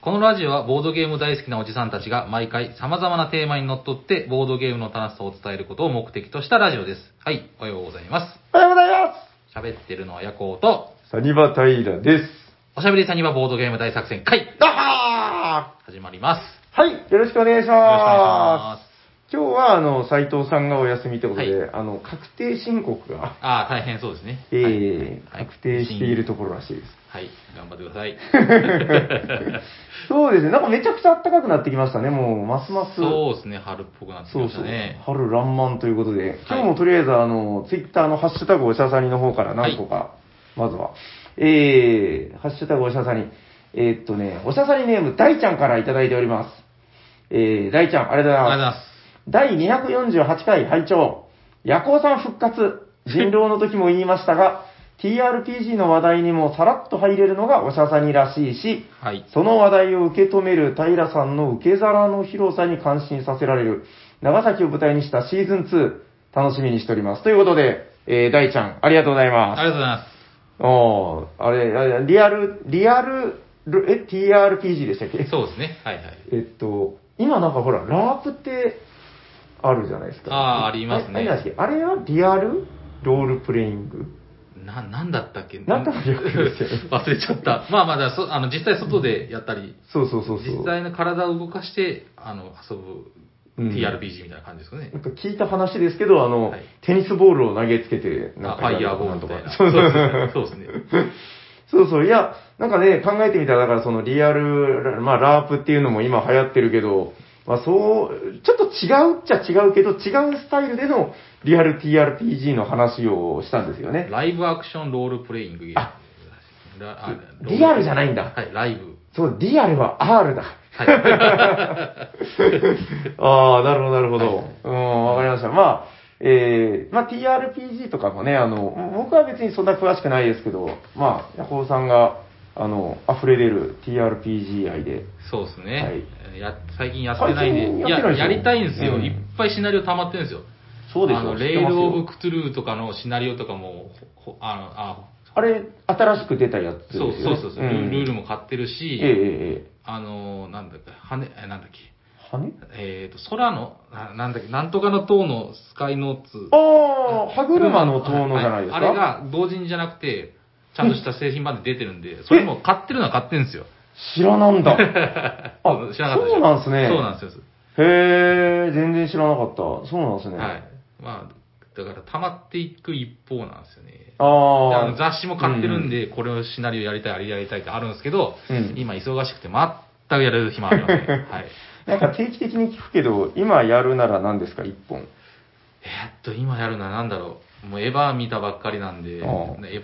このラジオはボードゲーム大好きなおじさんたちが毎回様々なテーマにのっとってボードゲームの楽しさを伝えることを目的としたラジオです。はい、おはようございます。おはようございま喋ってるのはヤコウと、すサニバタイラです。おしゃべりさんにはボードゲーム大作戦会あ始まります。よーはい、よろしくお願いろししくお願いしま。ます今日は、あの、斉藤さんがお休みということで、はあの、確定申告が、す。ああ、大変そうですね。えーはい確定しているところらしいです。はい、頑張ってください。そうですね、なんかめちゃくちゃ暖かくなってきましたね、もう、ますます。そうですね、春っぽくなってきそうましそたうね。春爛漫ということで、今日もとりあえず、あの、ツイッターのハッシュタグおしゃさにの方から何個か、まずは、えー、ハッシュタグおしゃさに、えーっとね、おしゃさにネーム、大ちゃんからいただいております。えー、大ちゃん、ありがとうごありがとうございざいま。ます第248回拝聴夜行さん復活。人狼の時も言いました が、TRPG の話題にもさらっと入れるのがおしゃさにらしいし、す。はい。その話題を受け止める平さんの受け皿の広さに感心させられる、長崎を舞台にしたシーズン2、楽しみにしております。ということで、えー、大ちゃん、ありがとうございありまがす。とうございまおーあれ、あれリアル、リアル、え、TRPG でしたっけす。そうですね、はいはい。えっと、今なんかほら、ラープってあるじゃないですか。あーありますねあれなんですっけあれはリアルロールプレイングな、なんだったっけなんだったっけ 忘れちゃった。まあまあだからそ、あの、実際外でやったり、そうそうそうそう。実際の体を動かして、あの、遊ぶうん TRPG みたいな感じですかねな。んか聞いた話ですけど、あの、はいテニスボールを投げつけて、あなんフかァイやヤるーボールとみたかいな。そうそうそうですね。そうですね。そうそう、いや、なんかね、考えてみたら、だからそのリアル、まあ、ラープっていうのも今流行ってるけど、まあそう、ちょっと違うっちゃ違うけど、違うスタイルでのリアル TRPG の話をしたんですよ ね。ライブアクションロールプレイングゲーム。あラあローリアルじゃないんだはい、ライブ。そう、リアルは R だ。 はい。 ああ、なるほど、なるほど。うん、わかりました。まあ、えー、まあ TRPG とかもね、あの、僕は別にそんな詳しくないですけど、まあ、ヤコウさんが、あの、溢れ出る TRPG 愛で。そうですね、はいえーや。最近やってないん最近で、いやってや、ないでしょやりたいんですよ、うんいっぱいシナリオ溜まってるんですよ。あの、レイル・オブ・クトゥルーとかのシナリオとかも、ほほあの、あ、あれ、新しく出たやつですそよ、うね。そうそうそう、んルールも買ってるし、えええええあの、なんだっけ、羽根、えなんだっけ、え。羽えっ、と、空の、ななんだっけ、なんとかの塔のスカイノーツ。ああ、歯車の塔のじゃないですか。はいあれが同人じゃなくて、ちゃんとした製品まで出てるんで、それも買ってるのは買ってるんですよ。知らな んだ。あそう、知らなかったでしょそうなんすね。そうなんですよ。へえ、全然知らなかった。そうなんですね。はい。まあ、だから溜まっていく一方なんですよね。でああのあ。雑誌も買ってるんで、これをシナリオやりたい、あれやりたいってあるんですけど、うん今忙しくて全くやれる暇あり ません。はい。なんか定期的に聞くけど、今やるなら何ですか、一本。えーっと、今やるのは何だろう。もうエヴァ見たばっかりなんで、エあヴ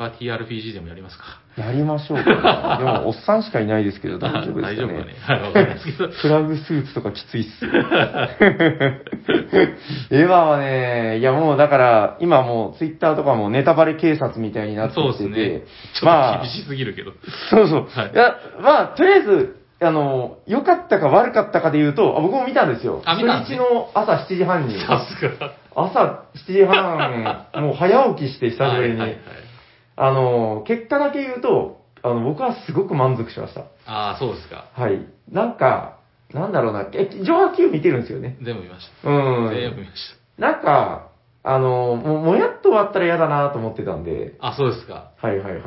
あァ TRPG でもやりますか。やりましょうか、 でも、おっさんしかいないですけど、大丈夫です 大かね。丈夫かね。はい、わかりますけ ど。プラグスーツとかきついっ す。エヴァはね、いやもうだから、今もうツイッターとかもネタバレ警察みたいになってそうきですてて、ね。ちょっまとあ厳、しすぎるけど。そうそう。はいい、や、まあ、とりあえず、あの、良かったか悪かったかで言うと、あ僕も見たんですよ。あ見たんです初ね日の朝7時半に。さすが。朝7時半、もう早起きして久しぶりに。はいはいはいあの、結果だけ言うと、あの、僕はすごく満足しました。ああ、そうですか。はい。なんか、なんだろうな、え、上波球見てるんですよね。全部見ましうた。全部ん。見ましなんか、あの、ももやっと終わったら嫌だなと思ってたんで、た。あ、そうですか。はいはいはいはい。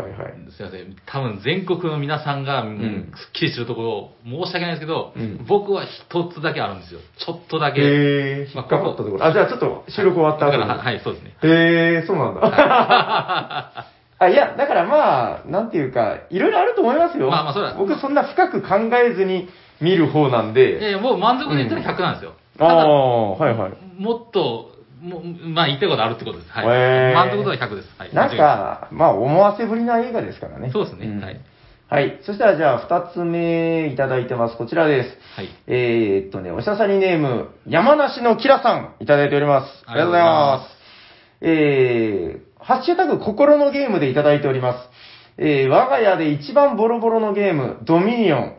すいません。多分全国の皆さんが、うんんすっきりしてるところ、申し訳ないですけど、うん僕は一つだけあるんですよ。ちょっとだけ。へえー、引っかかったところ。あ、じゃあちょっと収録終わっただか後ら、に。ははい、そうですね。へえー、そうなんだ。 あ、いや、だからまあ、なんていうか、いろいろあると思いますよ。まあまあそれは僕そんな深く考えずに見る方なんいやで。いや、もう満足で言ったら100なんですよ。あただあ、はいはい。もっと、もまあ言ったいことあるってことです。はい。へー満足度は100です。はい。なんか、まあ、思わせぶりな映画ですからね。そうですねんはい。はい。そしたら、じゃあ、二つ目いただいてます。こちらです。はい。えーっとね、おしゃさにネーム、山梨のキラさん、いただいております。ありがとうございます。えー、ハッシュタグ、心のゲームでいただいております。えー、我が家で一番ボロボロのゲーム、ドミニオン。うん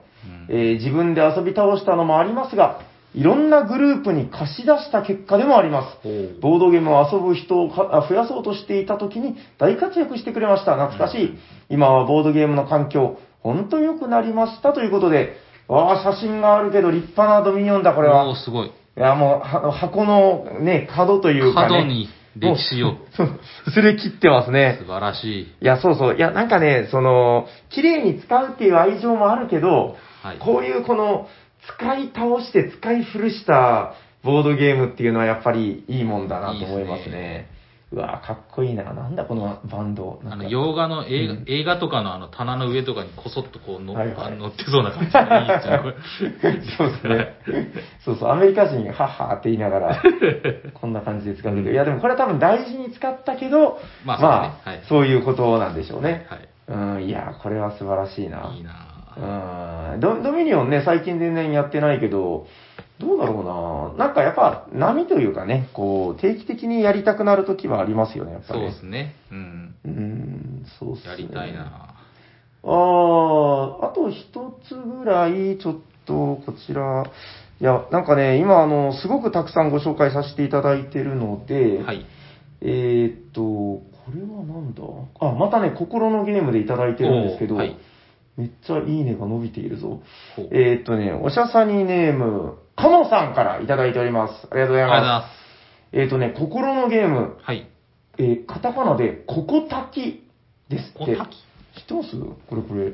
えー自分で遊び倒したのもありますが、いろんなグループに貸し出した結果でもあります。おうボードゲームを遊ぶ人をかあ増やそうとしていた時に大活躍してくれました。懐かしい。今はボードゲームの環境、本当良くなりましたということで、わあ、写真があるけど、立派なドミニオンだ、これおーは。すごい。いや、もう、は箱のね、角というかね。角に歴史をもう。そう すれ切ってますね素。晴らしい。いや、そうそう。いや、なんかね、その、綺麗に使うっていう愛情もあるけど、はい。こういうこの、使い倒して使い古したボードゲームっていうのはやっぱりいいもんだなと思いますね。いいですうわぁ、かっこいいな。なんだこのバンド。なあんかの、洋画の映画,、うん映画とかのあの棚の上とかにこそっとこうの、はいはいあの乗ってそうな感じがいいですね、これ。 そうですね。そうそう、アメリカ人にハッハーって言いな がら、こんな感じで使うけど、いやでもこれは多分大事に使ったけど、まあそうですねはいそういうことなんでしょうね。はうん、いや、これは素晴らしいな。い。いいなぁうんドドミニオンね、最近全然やってないけど、どうだろうな。なんかやっぱ波というかね、こう、定期的にやりたくなる時はありますよね、やっぱそうり、ね。ですね。うん。うん、そうっすね。やりたいなあー、あと一つぐらい、ちょっと、こちら。いや、なんかね、今、あの、すごくたくさんご紹介させていただいてるので、はい。えーっと、これはなんだあ、またね、心のゲームでいただいてるんですけど、おーはいめっちゃいいねが伸びているぞ。ほうえーっとね、おしゃさにネーム、かのさんからいただいております。ありがとうあござりがとうごいざいま。ますえーっとね、心のゲーム、す。はい。えーカタカナで、ここたきですって。ここたき知ってますこれこれ。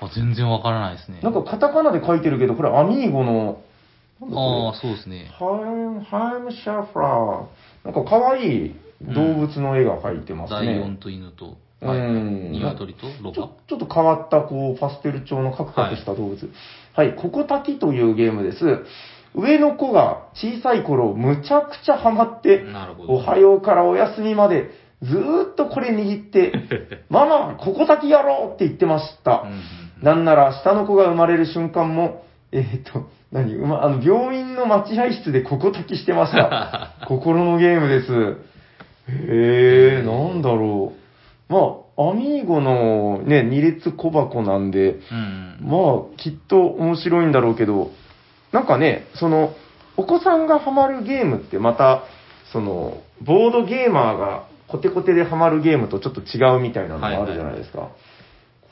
あ全然わからないですね。なんかカタカナで書いてるけど、これアミーゴの、なんあだこあ、そうですねれ。ハイム、ハイムシャフラー。なんか可愛い動物の絵が描いてます第ね。 4と犬と、うはい。ん鶏とロちバょ。ちょっと変わった、こう、パステル調のカクカクした動物。はい、ココタキというゲームです。上の子が小さい頃、むちゃくちゃハマって、なるほど。おはようからお休みまで、ずーっとこれ握って、 ママ、ココタキやろうって言ってました。うんうんなんなら、下の子が生まれる瞬間も、えーっ、と、何、うま、あの、病院の待合室でここ焚きしてました。心のゲームです。へえ、なんだろう。まあ、アミーゴのね、二列小箱なんで、うんうん。まあ、きっと面白いんだろうけど、なんかね、その、お子さんがハマるゲームってまた、その、ボードゲーマーがコテコテでハマるゲームとちょっと違うみたいなのがあるじゃないですか。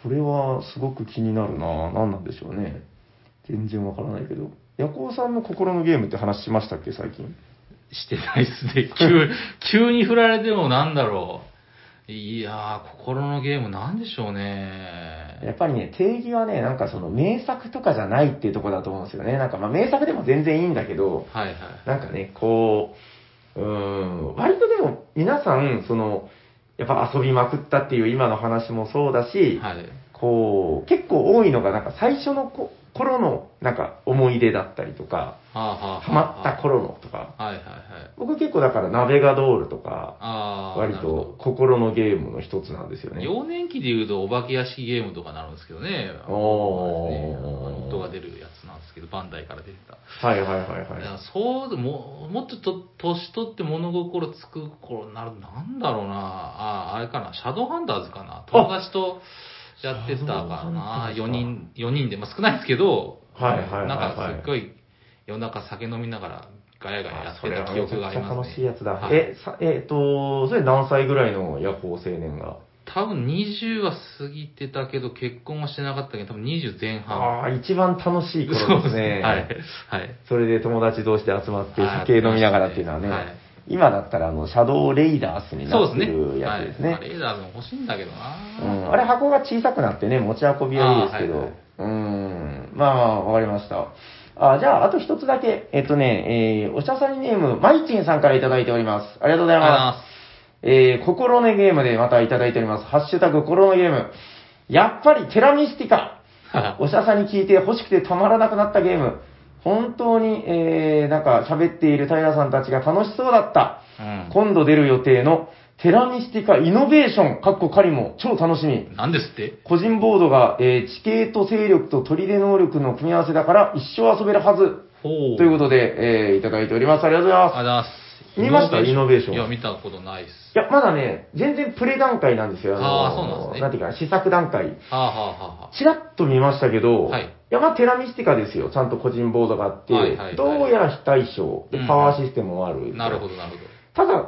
これはすごく気になるな何なんでしょうね。全然わからないけど。ヤコウさんの心のゲームって話しましたっけ、最近。してないですね。 急、急に振られてもなんだろう。いやー、心のゲームなんでしょうやね。っぱりね、定義はね、なんかその名作とかじゃないっていうところだと思うんですよね。なんかまあ名作でも全然いいんだけど、はいはい。なんかね、こう、うーん、割とでも皆さん、その、やっぱ遊びまくったっていう今の話もそうだし、はい。こう、結構多いのがなんか最初のこ頃のなんか思い出だったりとか、はあはあはあ。ハマった頃のとか、はいはいはい。僕結構だからナベガドールとか、ああ。割なるほどと心のゲームの一つなんですよね。幼年期で言うと、お化け屋敷ゲームとかなるんですけどね。おーねあの音が出るやつなんですけど、バンダイから出てた。はいはいはいいはやそうも、もっとと年取って物心つく頃になる、なんだろうな、ああれかな、シャドーハンターズかな、友達とやってたからな、シャドーハンターズか4人、四人で、まあ、少ないですけど、はいはいはいはいなんかすっごい夜中酒飲みながら、ガヤガヤやい。ってた記憶があります楽しいね。やつだは。いえ、さえっと、それ何歳ぐらいの夜行青年が多分20は過ぎてたけど、結婚はしてなかったけど、多分20前半。ああ、一番楽し いそう頃でですすね。ね。はい。はい。それで友達同士で集まってはい酒飲みながらっていうのはね、はい今だったらあの、シャドウレイダースにそなうっでてするね。やつですね。はい、レーダーズも欲しいんだけどな。うん、あれ箱が小さくなってね、持ち運びはいいですけど、あーはいうん、まあまあ、わかりました。あじゃあ、あと一つだけ、えっとね、えー、おしゃさりネーム、マイチンさんからいただいております。ありがとうございます。あえー、心のゲームでまたいただいております。ハッシュタグ、心のゲーム。やっぱりテラミスティカりがとうございます。おしゃさんに聞いて欲しくてたまらなくなったゲーム。本当に、えー、なんか喋っている平さんたちが楽しそうだった。うん今度出る予定のテラミスティカイノベーション、かっこ仮も超楽しみ。なんですって個人ボードが、えー、地形と勢力と取り出能力の組み合わせだから一生遊べるはず。ほということで、えー、いただいております。ありがとうございます。あだす。見ましたイノベーションいや、見たことないっす。いや、まだね、全然プレ段階なんですよ。あーそうなんですねなんていうか、試作段階。はあ、はあはあはちらっと見ましたけど、はいやまあテラミスティカですよ。ちゃんと個人ボードがあって、はいはいはいどうやら非対称、でうんパワーシステムもある。あ、なるほど、なるほただ、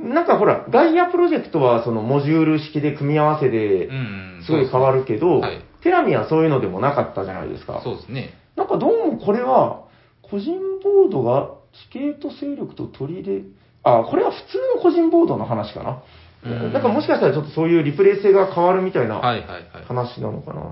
なんかほら、ガイアプロジェクトはそのモジュール式で組み合わせど。うで、ん。すごい変わる。るけど、はいテラミはそういうのでもなかったじゃないですか。そうですね。なんかどうもこれは、個人ボードが地形と勢力と取り入れ、あ、これは普通の個人ボードの話かな。うんなんかもしかしたらちょっとそういうリプレイ性が変わるみたいなはいはいはい。話なのかな。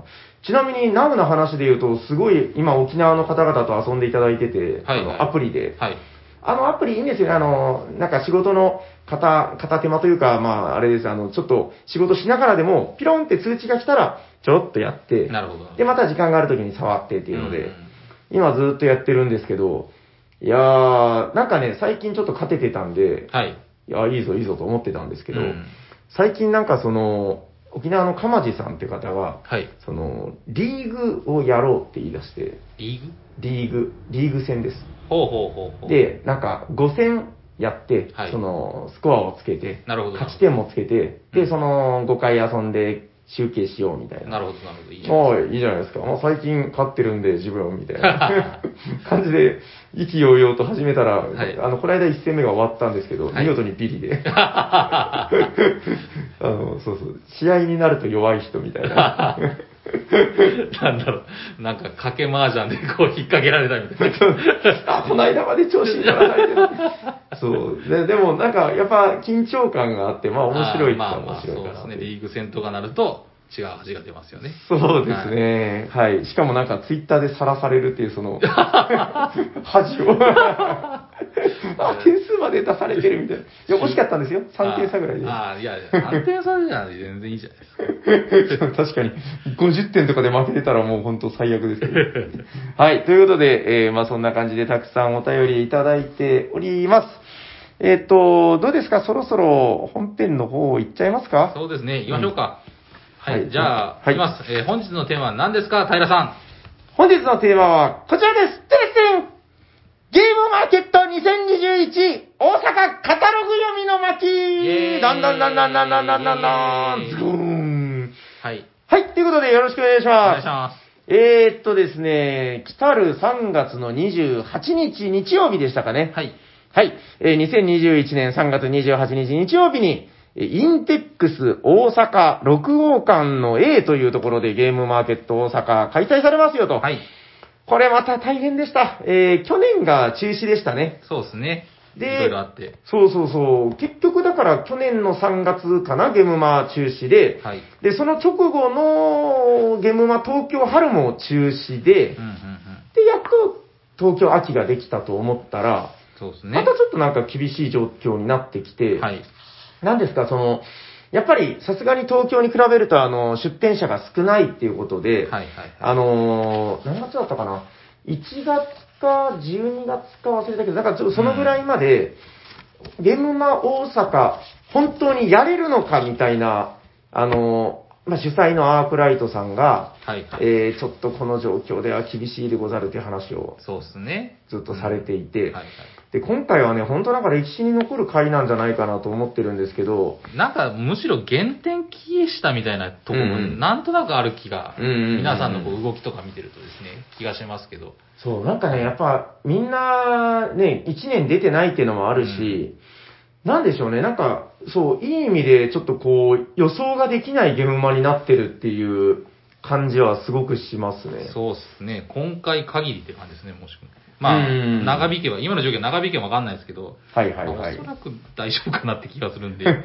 ちなみに、ナウの話で言うと、すごい今沖縄の方々と遊んでいただいてて、はいはあいのアプリで。はい。あのアプリいいんですよね。あの、なんか仕事の片、片手間というか、まああれです。あの、ちょっと仕事しながらでも、ピロンって通知が来たら、ちょろっとやって、なるほど。で、また時間がある時に触ってっていうので、ん今ずっとやってるんですけど、いやー、なんかね、最近ちょっと勝ててたんで、はい。いや、いいぞいいぞと思ってたんですけど、うん最近なんかその、沖縄の鎌地さんって方が、はい。その、リーグをやろうって言い出して、リーグリーグ、リーグ戦です。ほうほうほうほう。、で、なんか5戦やって、はいその、スコアをつけて、なるほど。勝ち点もつけて、うで、んその5回遊んで集計しようみたいなな。るほど、なるほど。いいじゃん。もういいじゃないですか。もう最近勝ってるんで、自分、みた いな感じで、意気揚々と始めたら、はいあの、この間1戦目が終わったんですけど、はい見事にビ リで。あの、そうそう、試合になると弱い人みたいな。なんだろう。なんか、賭け麻雀でこう引っ掛けられたみたいな。あ、この間まで調子に乗らないけど。そう。で、でもなんか、やっぱ緊張感があって、まあ面白いっちまゃあま面あ、白いそうかでなすってね。リーグ戦とかなると、違う味が出ますよね。そうですね。はい。しかもなんかツイッターで晒されるっていう その、恥を。あ、点数まで出されてるみたいな。いや、惜しかったんですよ。3点差ぐらいで。ああ、いやいや、3点差じゃ全然いいじゃない ですか。確かに。50点とかで負けてたらもう本当最悪ですけど。はい。ということで、えーまあそんな感じでたくさんお便りいただいております。えっ、と、どうですかそろそろ本編の方行っちゃいますかそうですね。行きましょうか。はい、はいじゃあ、はいいきます。えー本日のテーマは何ですか、平さん。本日のテーマはこちらですてれてれんゲームマーケット2021大阪カタログ読みのイエー巻イだんだんだんだんだんだんだんだんだイエーんイズゴーンはい。はい、ということでよろしくお願いしおま願いすし。ます。えー、っとですね、来たる3月の28日日曜日でしたかね。はい。はい。えー2021年3月28日日曜日に、えーインテックス大阪6号館の A というところでゲームマーケット大阪開催されますよと。はい。これまた大変でした。えー去年が中止でしたね。そうですね。でいろいろあって。そうそうそう。結局だから去年の3月かな、ゲムマ中止で、はい。で、その直後のゲムマ東京春も中止で、うんうんうん。で、やっと東京秋ができたと思ったら、そうですまねた。ちょっとなんか厳しい状況になってきて、はい。なんですか、その、やっぱりさすがに東京に比べると、あの、出店者が少ないっていうことで、はいはいはい。あのー何月だったかな、1月か12月か忘れたけど、なんかちょっとそのぐらいまで、ゲームマ大阪、本当にやれるのかみたいな、あのーまあ、主催のアークライトさんが、はいはい。えーちょっとこの状況では厳しいでござるという話をそうですね。ずっとされていて、はいはい。で今回はね、本当なんか歴史に残る回なんじゃないかなと思ってるんですけど、なんか、むしろ原点消えしたみたいなところうんうも、んなんとなくある気が、うんうんうんうん皆さんのこう動きとか見てるとですね、気がしますけど。そう、なんかね、やっぱみんなね、一年出てないっていうのもあるし、なんでしょうね、なんか、そう、いい意味でちょっとこう、予想ができないゲームマになってるっていう感じはすごくしますね。そうですね。今回限りって感じですね、もしくは。まあ、うん長引けば、今の状況長引けばわかんないですけど、はいはいはおいそ。らく大丈夫かなって気がする んで。はい。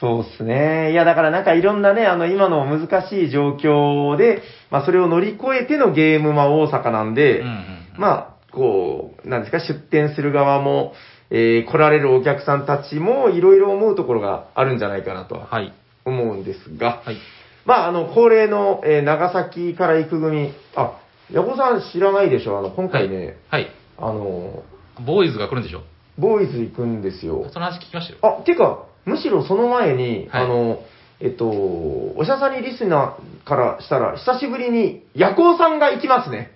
そうっすね。いや、だからなんかいろんなね、あの、今の難しい状況で、まあそれを乗り越えてのゲームマ大阪なんで、うんうんうんまあ、こう、なんですか、出店する側も、えー来られるお客さんたちも、いろいろ思うところがあるんじゃないかなとはい。思うんですが、はい。まあ、あの、恒例の、えー長崎から行く組、あ、矢後さん知らないでしょあの、今回ね、はい。あの、ボーイズが来るんでしょボーイズ行くんですよ。その話聞きましたよ。あ、てか、むしろその前に、はいあの、えっと、おしゃさんにリスナーからしたら、久しぶりに、夜行さんが行きますね。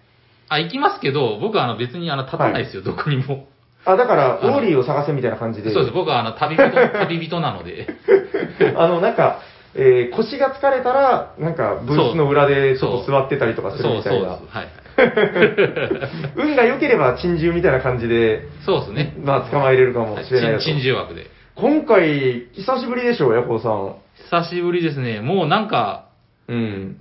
あ、行きますけど、僕はあの別にあの立たないですよ、どこにも。あ、だから、あのオーリーを探せみたいな感じで。そうです、僕はあの旅 人、旅人なので。 あの、なんか、えー腰が疲れたら、なんか、ブースの裏でちょっそとう座ってたりとそうかするそうみです。たいはな。い。 運が良ければ、珍獣みたいな感じで、そうですね。まあ、捕まえれるかもはいしれないです。珍獣枠で。今回、久しぶりでしょう、ヤコウさん。久しぶりですね。もうなんか、うん。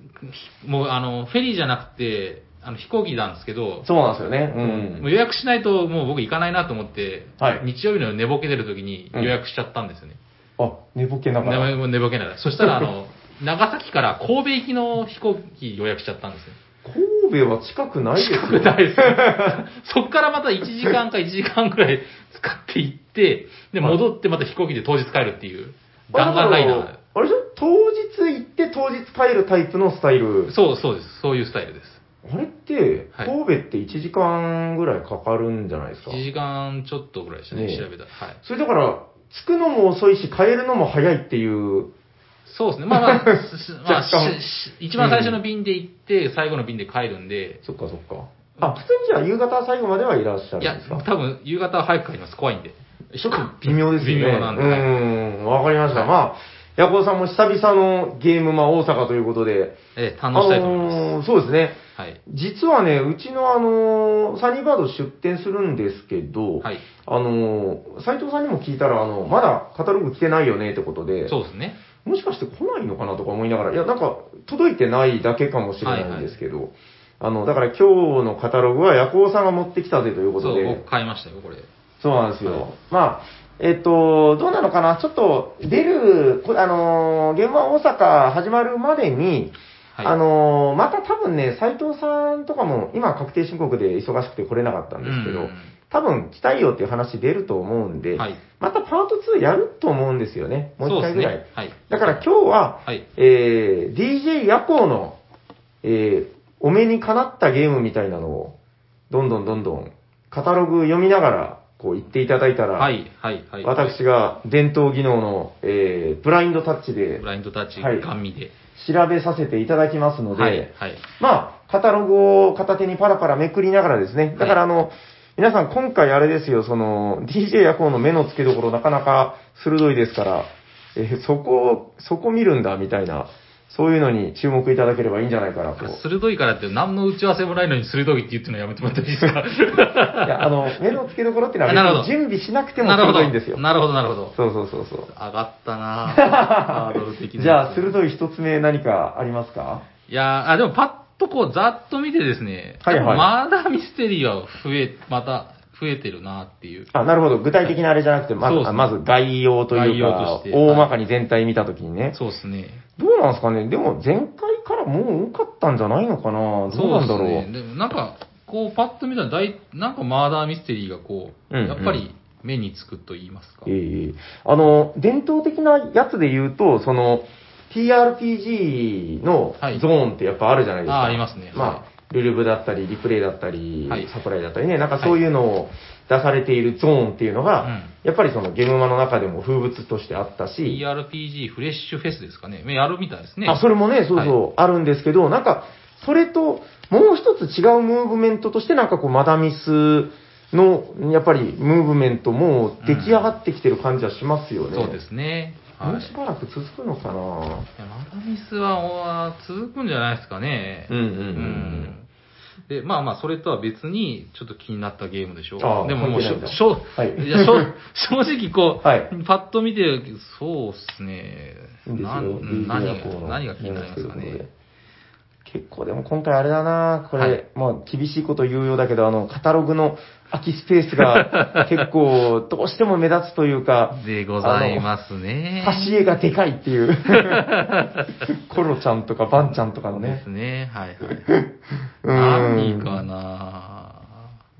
もうあの、フェリーじゃなくて、あの飛行機なんですけど、そうなんですよね。う。もうん予約しないともう僕行かないなと思って、はい日曜日の寝ぼけてる時に予約しちゃったんですよね。あ、寝ぼけながら。寝ぼ寝ぼけない。そしたら、あ の、長崎から神戸行きの飛行機予約しちゃったんですよ。神戸は近くないですよ。食べたいです。そっからまた1時間か1時間くらい 使って行って、で、はい戻ってまた飛行機で当日帰るっていう、弾あ丸だラかイらダー。あれじゃん当日行って当日帰るタイプのスタイル。そうそうです。そういうスタイルです。あれって、はい神戸って1時間ぐらいかかるんじゃないですか。 1時間ちょっとぐらいでしたね、ねえ調べたら。はい。それだから、着くのも遅いし、帰るのも早いっていう。そうですね。まあ まあ、すすまあ、し若干し一番最初の便で行って、最後の便で帰るんで、そっかそっか。あ、普通にじゃあ夕方最後まではいらっしゃいるやんです、か多分夕方は早く帰ります。怖いんで。ちょっと微妙ですね。微妙なんでうはいーん、わかりました。はいまあ、ヤコウさんも久々のゲームマ大阪ということで、えー堪能したいと思います。あのーそうですね。はい。実はね、うちのあのーサニーバード出店するんですけど、はい。あのー斉藤さんにも聞いたら、あの、まだカタログ来てないよねってことで、そうですね。もしかして来ないのかなとか思いながら、いや、なんか、届いてないだけかもしれないんですけど、あの、だから今日のカタログは、ヤコウさんが持ってきたぜというそことで、う、僕買いましたよ、これ。そうなんですよ。はいまあ、えっと、どうなのかなちょっと、出る、こあのー現場大阪始まるまでに、はい。あのーまた多分ね、斉藤さんとかも、今確定申告で忙しくて来れなかったんですけど、う多分来たいよっていう話出ると思うんで、んはい。またパート2やると思うんですよね。もう一回ぐらい。そうですね。はい。だから今日は、はい。えー、DJ 夜行の、えー、お目にかなったゲームみたいなのを、どんどんどんどん、カタログ読みながら、こう言っていただいたら、はい。はい。はい。私が伝統技能の、えー、ブラインドタッチでブラインドタッチ、はいガン見で。調べさせていただきますので、はい。はい。まあ、カタログを片手にパラパラめくりながらですね、だからあの、皆さん今回あれですよ、その、DJ 夜行の目の付けどころなかなか鋭いですから、えーそこを、そこ見るんだみたいな、そういうのに注目いただければいいんじゃないかなと。い鋭いからって何の打ち合わせもないのに鋭いって言ってるのやめてもらっていいですか や、あの、目の付けどころっていうのなるほはど別に準備しなくてもなるほ鋭どいんですよ。なるほど、なるほど。そうそうそうそう。上がったな ぁハードル的なじゃあ、い。鋭い一つ目何かありますかいやーあ、でもパッとこう、ざっと見てですね、はいはいやっぱまだミステリーは増え、また増えてるなっていう。あ、なるほど。具体的なあれじゃなくて、まそず、うですあねまず概要とい概う要かとし、て大まかに全体見たときにね。そうですね。どうなんですかねでも前回からもう多かったんじゃないのかなどうなんだろうそうですね。でもなんか、こう、パッと見たら大、なんかマーダーミステリーがこう、うんうんやっぱり目につくと言いますか。ええあの、伝統的なやつで言うと、その、TRPG のはいゾーンってやっぱあるじゃないですか。あありますねまあ、はルルブだったり、リプレイだったり、はいサプライだったりね、なんかそういうのを出されているゾーンっていうのが、うんやっぱりそのゲームマの中でも風物としてあったし、 ERPG フレッシュフェスですかね。やるみたいですね。あ、それもね、そうそう、あるんですけど、なんか、それと、もう一つ違うムーブメントとして、なんかこう、マダミスの、やっぱり、ムーブメントも出来上がってきてる感じはしますよね。そうですね。はいもうしばらく続くのかなマダミスはお続くんじゃないですかね。うんうんうんうんで、まあまあ、それとは別に、ちょっと気になったゲームでしょああう。でももうし関係ないょんしだょ、はいいやしょ 正直こう、はいパッと見て、そうっすね。いいんですよなんう DJ ん何ががこう、何が気になりますかやってねるこ。とで結構でも今回あれだなこれ、はいまあ厳しいこと言うようだけど、あの、カタログの空きスペース が結構どうしても目立つというか、でございますね。挿絵がでかいっ ていう。コロちゃんとかバンちゃんとかのでねす。ね。はいはい。う何んかな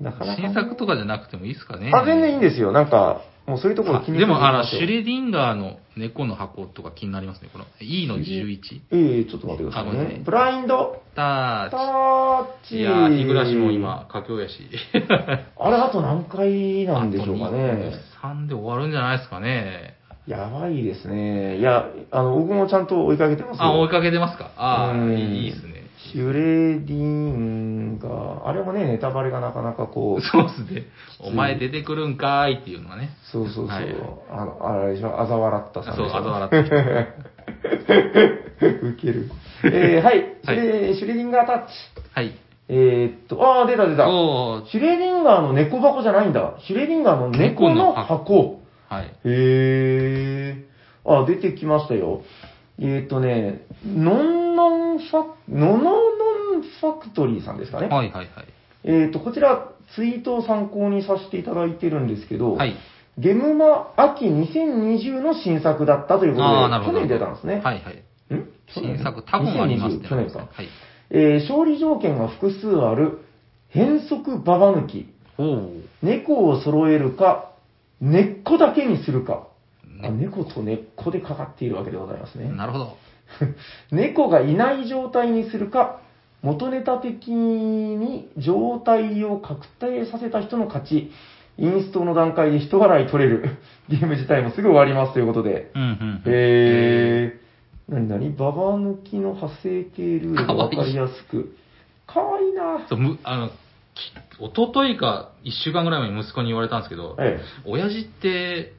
なかなかね新作とかじゃなくてもいいですかね。あ、全然いいんですよ。なんか、もうそういうところ気にでも、あの、しシュレディンガーの猫の箱とか気になりますね。この E の11。ええちょっと待ってくださいあごめんなねさい。ブラインドタタッッチ。チ。いやー、日暮らしも。今、佳境やし。あれ、あと何回なんでしょうかね。 3で終わるんじゃないですかね。やばいですね。いや、あの、僕もちゃんと追いかけてますよ。あ、追いかけてますか。ああ、うんいいですね。シュレディンが、あれもね、ネタバレがなかなか こう、そうっすね。お前出てくるんかーいっていうのがね。そうそうそう。はいあの、あれでしょ、あざ笑ったさんでしょ。。そうあざ笑った ウケる。えー、はい。シュレ、シュレディンガータッチ。はい。えー、っと、あー、出た出た。おーシュレディンガーの猫箱じゃないんだ。シュレディンガーの猫の箱。はい。へえー。あ、出てきましたよ。えー、っとね、ノンノンファク、ノノノンファクトリーさんですかね。はいはいはい。えっ、と、こちら、ツイートを参考にさせていただいてるんですけど、はい。ゲムマ秋2020の新作だったということああ、なるで、ほ去ど。年出たんですね。はいはい。ん去年新作、多分ありますね。 2020去年か。はい。えー勝利条件が複数ある、変則ババ抜き、おお。猫を揃えるか、根っこだけにするか。あね猫と根っこでかかっているわけでございますね。なるほど。 猫がいない状態にするか、元ネタ的に状態を確定させた人の勝ち、インストの段階で人払い取れる、ゲーム自体もすぐ終わりますということで。うんうん。えー、なになにババ抜きの派生系ルールがわかりやすく。かわいいなそうむあの、き一昨日か一週間ぐらい前に息子に言われたんですけど、え親父って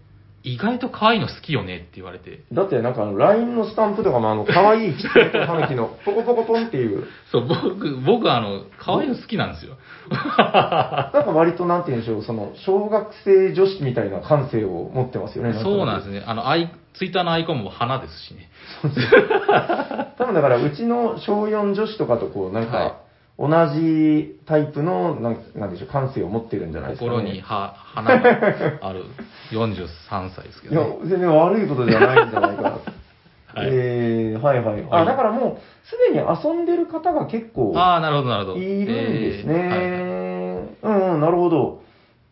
意外と可愛いの好きよねって言われて、え。だってなんかあの LINE のスタンプとかもあの、かわいいキツネと狸の、 ポコポコポンっていう、そう、僕、僕あの、可愛いの好きなんですよ。なんか割となんて言うんでしょう、その、小学生女子みたいな感性を持ってますよね。そうなんすですね。あの、アイ、ツイッターのアイコンも花ですしね。多分だから、うちの小4女子とかとこう、なはんいか、同じタイプの、なんなんでしょう、感性を持ってるんじゃないですか、ね。心に は花がある43歳ですけいやど、ね。、全然悪いことじゃないんじゃ ないかな。はいえー、はいはい。はあ、いだからもう、すでに遊んでる方が結構ああ、なるほど、なるほど。いるんですね。えーはいはいうんうん、なるほど。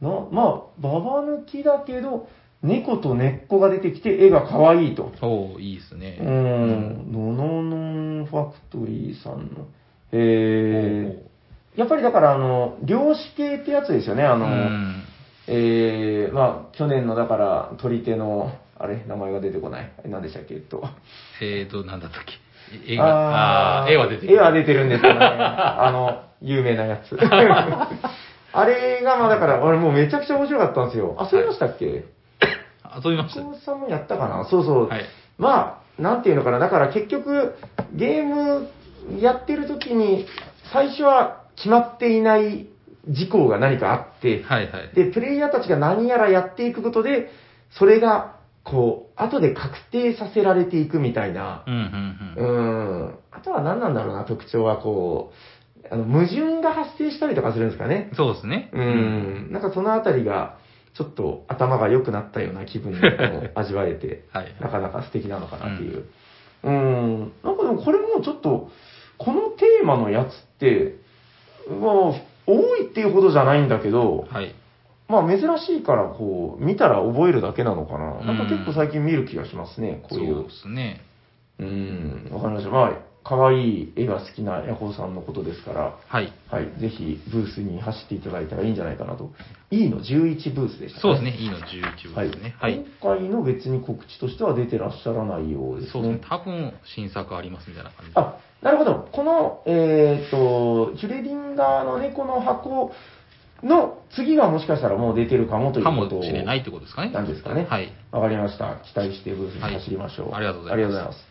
なまあ、ババ抜きだけど、猫と根っこが出てきて、絵が可愛いと。おーいいですうね。ーん、ノノノンファクトリーさんの。えー、やっぱりだから、あの、漁師系ってやつですよね、あうの、ん。えー、まあ、去年のだから、取り手の、あれ、名前が出てこない。あれ何でしたっけ、えっと。えーと、なんだったっけ。絵が、あー絵は出てる。絵は出てるんです よね。あの、有名なやつ。 あれが、まあだから、俺もうめちゃくちゃ面白かったんですよ。あ、そういましたっけ、遊びまし松た。本さんもやったかなそうそう。はい。まあ、なんていうのかな。だから結局、ゲームやってる時に、最初は決まっていない事項が何かあって、はいはい。で、プレイヤーたちが何やらやっていくことで、それが、こう、後で確定させられていくみたいな。うんうんううん。ん。あとは何なんだろうな、特徴はこう、あの、矛盾が発生したりとかするんですかね。そうですね。うん。なんかそのあたりが、ちょっと頭が良くなったような気分を味わえ て、はいはい。なかなか素敵なのかなっていう。うん。なんかでもこれもちょっと、このテーマのやつって、まあ、多いっていうほどじゃないんだけど、はい。まあ珍しいから、こう、見たら覚えるだけなのかな。なんか結構最近見る気がしますね、そこうういうで。すね。うん、わかりました。まあ、可愛い絵が好きなヤコウさんのことですから、はい。はい、ぜひブースに走っていただいたらいいんじゃないかなと。E の11ブースでした、そうですね。いいの11は部いですね。はい。今回の別に告知としては出てらっしゃらないようですね。そうですね。多分、新作ありますみたいな感じ。あ、なるほど。この、えっ、と、シュレディンガーの猫の箱の次がもしかしたらもう出てるかもというかこもとをしれないってことですかね。なんですかねはい。わかりました。期待してブースに走りましょう。はいありがとうございますありがとうございます。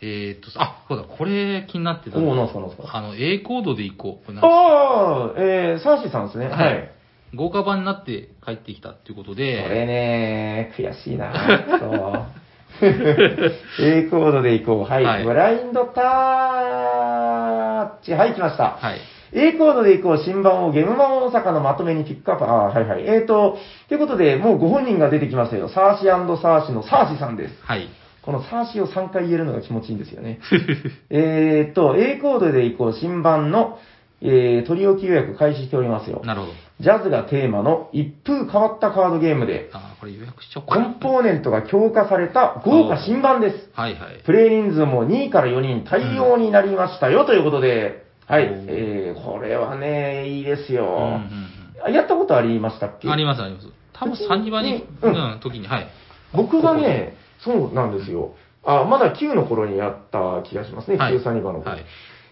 えーっと、あ、そうだ、これ気になってた。おお、なんすか、なんすか。あの、A コードで行こう。これなんかああ、えー、サーシーさんですね。ははいい。豪華版になって帰ってきたっていうことこで、れね、悔しい な。そう A コードでいこう。はい。はいブラインドタッチ。はい、来ました。はい。 A コードでいこう。新版をゲームマン大阪のまとめにピックアップ。ああー、はいはい。えーと、ということで、もうご本人が出てきましたよ。サーシーサーシのサーシさんです。はい。このサーシを3回言えるのが気持ちいいんです よね。えーと、A コードでいこう。新版の、えー、取り置き予約開始しておりますよ。なるほど。ジャズがテーマの一風変わったカードゲームで、あー、これ予約しちゃおうコかなンポーネントが強化された豪華新版です。はいはい。プレイ人数も2から4人対応になりましたよ、ということで、はい、うんえー、これはね、いいですよ。うんうんあやったことありましたっうけんありますあります。多分サニバに、ううんん、時に、はい。僕がね、そうなんですよ。あ、まだ9の頃にやった気がしますね、はい9、サニバの頃、はい。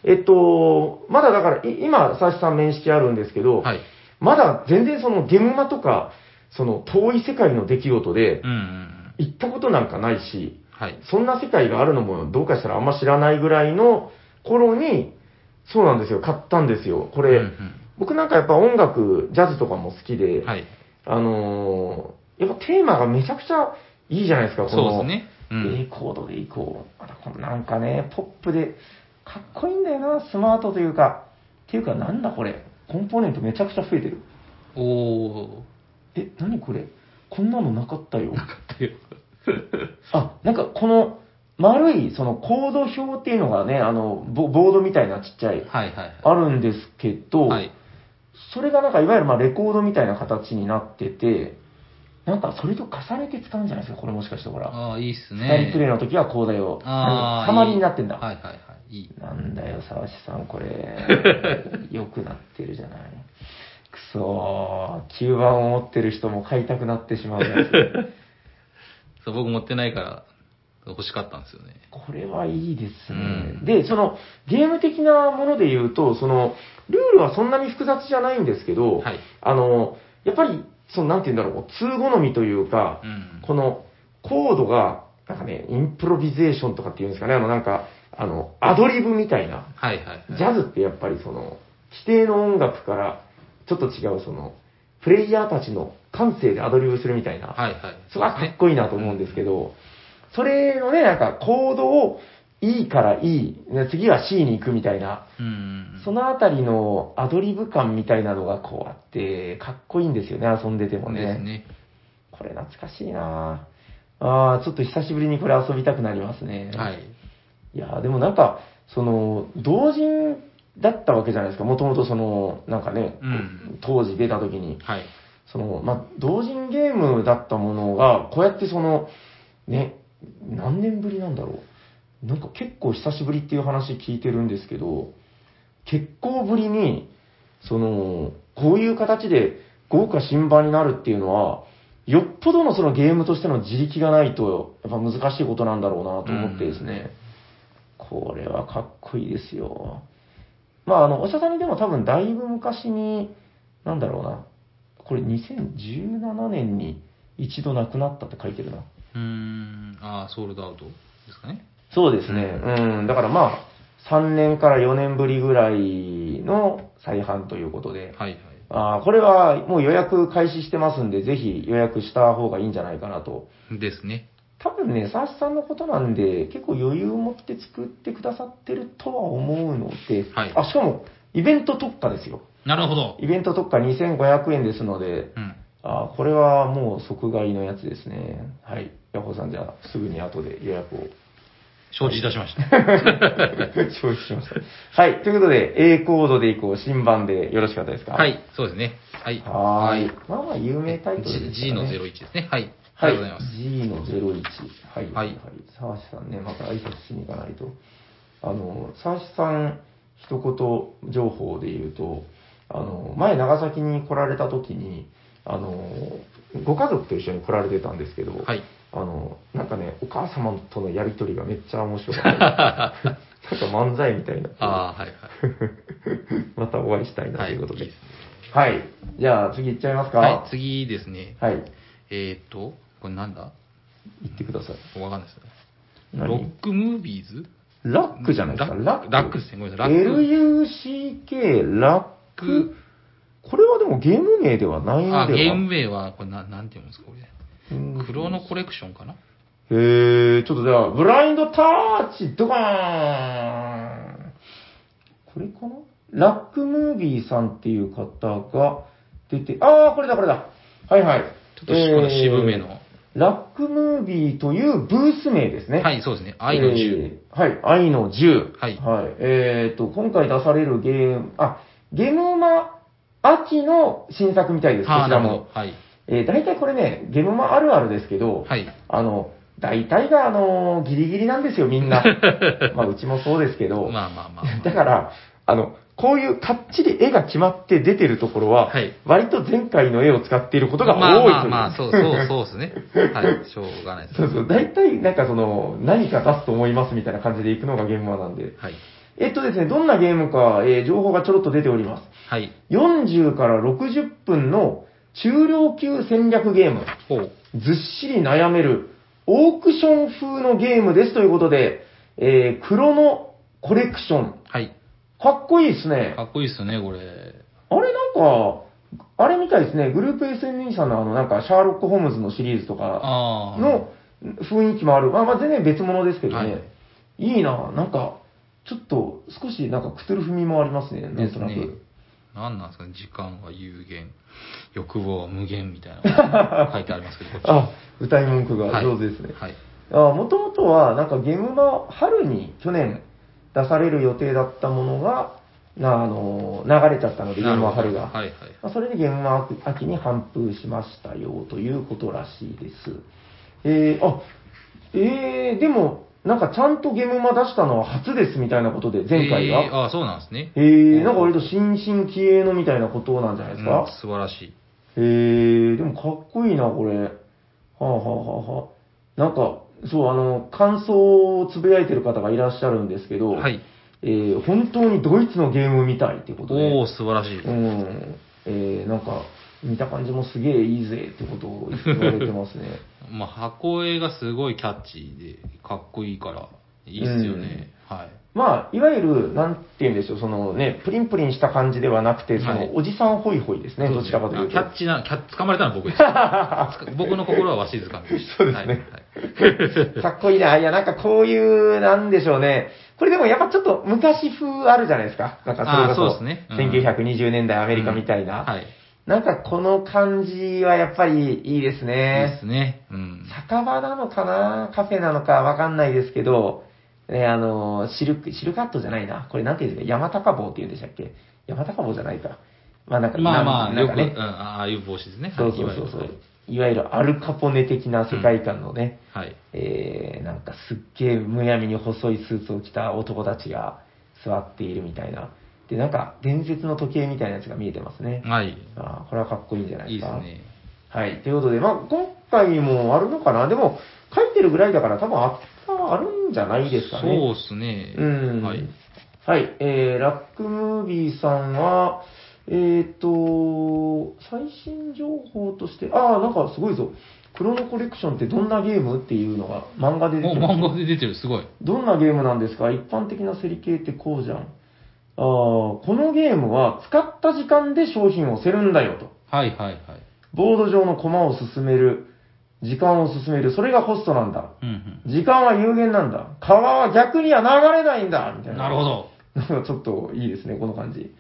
えっと、まだだから、い今、佐々木さん面識あるんですけど、はい。まだ全然そのゲムマとか、その遠い世界の出来事で、うんうんうん。行ったことなんかないし、はい。そんな世界があるのもどうかしたらあんま知らないぐらいの頃に、そうなんですよ、買ったんですよ。これ、うん僕なんかやっぱ音楽、ジャズとかも好きうで、んはい。あのーやっぱテーマがめちゃくちゃいいじゃないですか、こそうの、ですね。う A ん。コードでいこう。またこのなんかね、ポップで、かっこいいんだよな、スマートというか。っていうか、なんだこれ。コンポーネントめちゃくちゃ増えてる。おおえ、なにこれ。こんなのなかったよ。ー。だよあ、なんかこの丸いそのコード表っていうのがね、あの、ボボードみたいなちっちゃい、はいはいはい。あるんですけど、はい。それがなんかいわゆるまあレコードみたいな形になってて、なんかそれと重ねて使うんじゃないですか、これもしかしてほら。ああ、いいっす二ね人。プレイの時はこうだよ。ああ。たまりになってんだ。はいはいはい。いい。なんだよ、沢志さん、これ。 良くなってるじゃない。くそー、吸盤を持ってる人も買いたくなってしまうや つ。そう、僕持ってないから欲しかったんですよね。これはいいですね。うんで、その、ゲーム的なもので言うと、その、ルールはそんなに複雑じゃないんですけど、はい。あの、やっぱり、その、なんて言うんだろう、通好みというか、うん。このコードが、なんかね、インプロビゼーションとかっていうんですかね、あの、なんか、あの、アドリブみたいな、はいはいはい。ジャズってやっぱりその、規定の音楽からちょっと違うその、プレイヤーたちの感性でアドリブするみたいな、はいはい。それはかっこいいなと思うんですけど、それのね、なんかコードを E から E、ね次は C に行くみたいな、うんうんうん。そのあたりのアドリブ感みたいなのがこうあって、かっこいいんですよね、遊んでてもでね。すね。これ懐かしいなぁあーちょっと久しぶりにこれ遊びたくなりますね。はい。いやーでもなんか、その、同人だったわけじゃないですか、もともとその、なんかね、うん当時出た時に、はい。その、まあ、同人ゲームだったものが、こうやってその、ね、何年ぶりなんだろう。なんか結構久しぶりっていう話聞いてるんですけど、結構ぶりに、その、こういう形で豪華新版になるっていうのは、よっぽどのそのゲームとしての自力がないと、やっぱ難しいことなんだろうなと思ってですね。これはかっこいいですよ。まあ、あの、おしゃさんにでも多分だいぶ昔に、なんだろうな、これ2017年に一度亡くなったって書いてるな。うーん。ああ、ソールドアウトですかね。そうですね。うん。だからまあ、3年から4年ぶりぐらいの再販ということで。はいはい。あーこれはもう予約開始してますんで、ぜひ予約した方がいいんじゃないかなと。ですね。多分ね、サーシさんのことなんで、結構余裕を持って作ってくださってるとは思うので、はいあ、しかも、イベント特価ですよ。なるほど。イベント特価2500円ですので、うん。あーこれはもう即買いのやつですね。はい。ヤホーさんじゃあ、すぐに後で予約を。承知いたしました。 承知しました。 はい。ということで、A コードでいこう、新版でよろしかったですかはい。そうですね。はい。はーい。まあまあ、有名タイトルです G よのね。 01ですね。はい。あはりいがとうございます。。 G の01。はい。はい沢志さんね、また挨拶しに行かないと。あの、沢志さん、一言情報で言うと、あの、前長崎に来られた時に、あの、ご家族と一緒に来られてたんですけど、はい。あの、なんかね、お母様とのやりとりがめっちゃ面 白かった。なんか漫才みたいな。ああ、はいはい。 またお会いしたいなはとい、いうことで。いいですはい。じゃあ次行っちゃいますか。はい、次ですね。はい。えーっと、これなんだ行ってください。わかんないですね。ロ何ックムービーズラックじゃないですか。ラックラックですねごめんなさいラック LUCK、ラック。これはでもゲーム名ではないのではあ、ゲーム名は、これななんていうんですか、これ。うんクロノコレクションかなへえ、ちょっとじゃあ、ブラインドタッチ、ドカーンこれかなラックムービーさんっていう方が出て、ああ、これだ、これだ。はいはい。ちょっとしこの渋めえの。ーラックムービーというブース名ですね。。はいい、そうですね。愛の銃。はい、愛の銃。はいはい。えっと、今回出されるゲーム、あ、ゲームマ秋の新作みたいです、こはあちならるほもど。。はい。えー、大体これね、ゲームマあるあるですけど、はい。あの、大体が、あの、ギリギリなんですよ、みんな。まあ、うちもそうですけど。まあまあまあまあ。だから、あの、こういうかっちり絵が決まって出てるところは、はい割と前回の絵を使っていることがまあ多いまあという。まあ、そう、そう、そうですね。はい、しょうがないです。そうそう、大体なんかその、何か出すと思いますみたいな感じでいくのがゲームマなんで。はい。えっとですね、どんなゲームか、えー情報がちょろっと出ております。はい。 40から60分の中量級戦略ゲーム。ほう。ずっしり悩めるオークション風のゲームですということで、えー、黒のコレクション。はい。かっこいいですね。かっこいいっすね、これ。あれなんか、あれみたいですね。グループ SNE さんのあのなんかシャーロック・ホームズのシリーズとかああ。の雰囲気もある。まあまあ全然別物ですけどね。はいい、いななんか、ちょっと少しなんかクトゥルフ味もありますね、なんとなですねく。何なんですかね、時間は有限、欲望は無限みたい な書いてありますけど、こっちあ、歌い文句が上手ですね。はい。あもともとは、なんかゲームが春に去年出される予定だったものが、なあの流れちゃったので、ゲームは春が。はいはい。まあそれでゲームは秋に反封しましたよということらしいです。えー、あ、えー、でも、なんかちゃんとゲームマ出したのは初ですみたいなことで、前回えーが。あそうなんですね。えー、なんか割と新進気鋭のみたいなことなんじゃないですか、うん素晴らしい。へえー、でもかっこいいな、これ。はあ、はあはあはあ、なんか、そう、あの、感想をつぶやいてる方がいらっしゃるんですけど、はい。えー本当にドイツのゲームみたいってことおで、お素晴らしい。うん、えー、なんか、見た感じもすげえいいぜってことを言われてますね。 まあ、箱絵がすごいキャッチーで、かっこいいから、いいっすよね。はい。まあ、いわゆる、なんて言うんでしょう、そのね、プリンプリンした感じではなくて、そはいの、おじさんホイホイですね、そうどですちらかというと。あキャッチな、キャッ、掴まれたのは 僕です。つか僕の心はわしづかみでした。そうですねはいはい かっこいいな。いや、なんかこういう、なんでしょうね。これでもやっぱちょっと昔風あるじゃないですか。なんかあーそれこそうですねうん1920年代アメリカみたいな。はい。いなんかこの感じはやっぱりいいですいで ね。すね。うん。酒場なのかなカフェなのかわかんないですけど、ね、あの、シルク、シルカットじゃないな。これなんていうんですか山高帽って言うんでしたっけ山高帽じゃないか。まあなんか、まあまあ、なんよかく、ねうん、ああいう帽子ですね。そうそうそうそ。はいういわゆるアルカポネ的な世界観のね。はい。えー、なんかすっげえむやみに細いスーツを着た男たちが座っているみたいな。で、なんか伝説の時計みたいなやつが見えてますね。はい。あーこれはかっこいいんじゃないいでいすですか。ね。はい。ということで、まあ今回もあるのかなでも、書いてるぐらいだから多分あった、あるんじゃないですかね。そうですね。うん。はい。。はい。えー、ラックムービーさんは、えーっ、と、最新情報として、ああ、なんかすごいぞ。クロノコレクションってどんなゲームっていうのが漫画で出お、てます漫画で出てる、すごい。どんなゲームなんですか一般的な競り系ってこうじゃん。ああ、このゲームは使った時間で商品を競るんだよと。はいはいはい。ボード上の駒を進める。時間を進める。それがホストなんだ。うん時間は有限なんだ。川は逆には流れないんだみうたん。いな。なるほ。ど。なんかちょっといいですね、この感じ。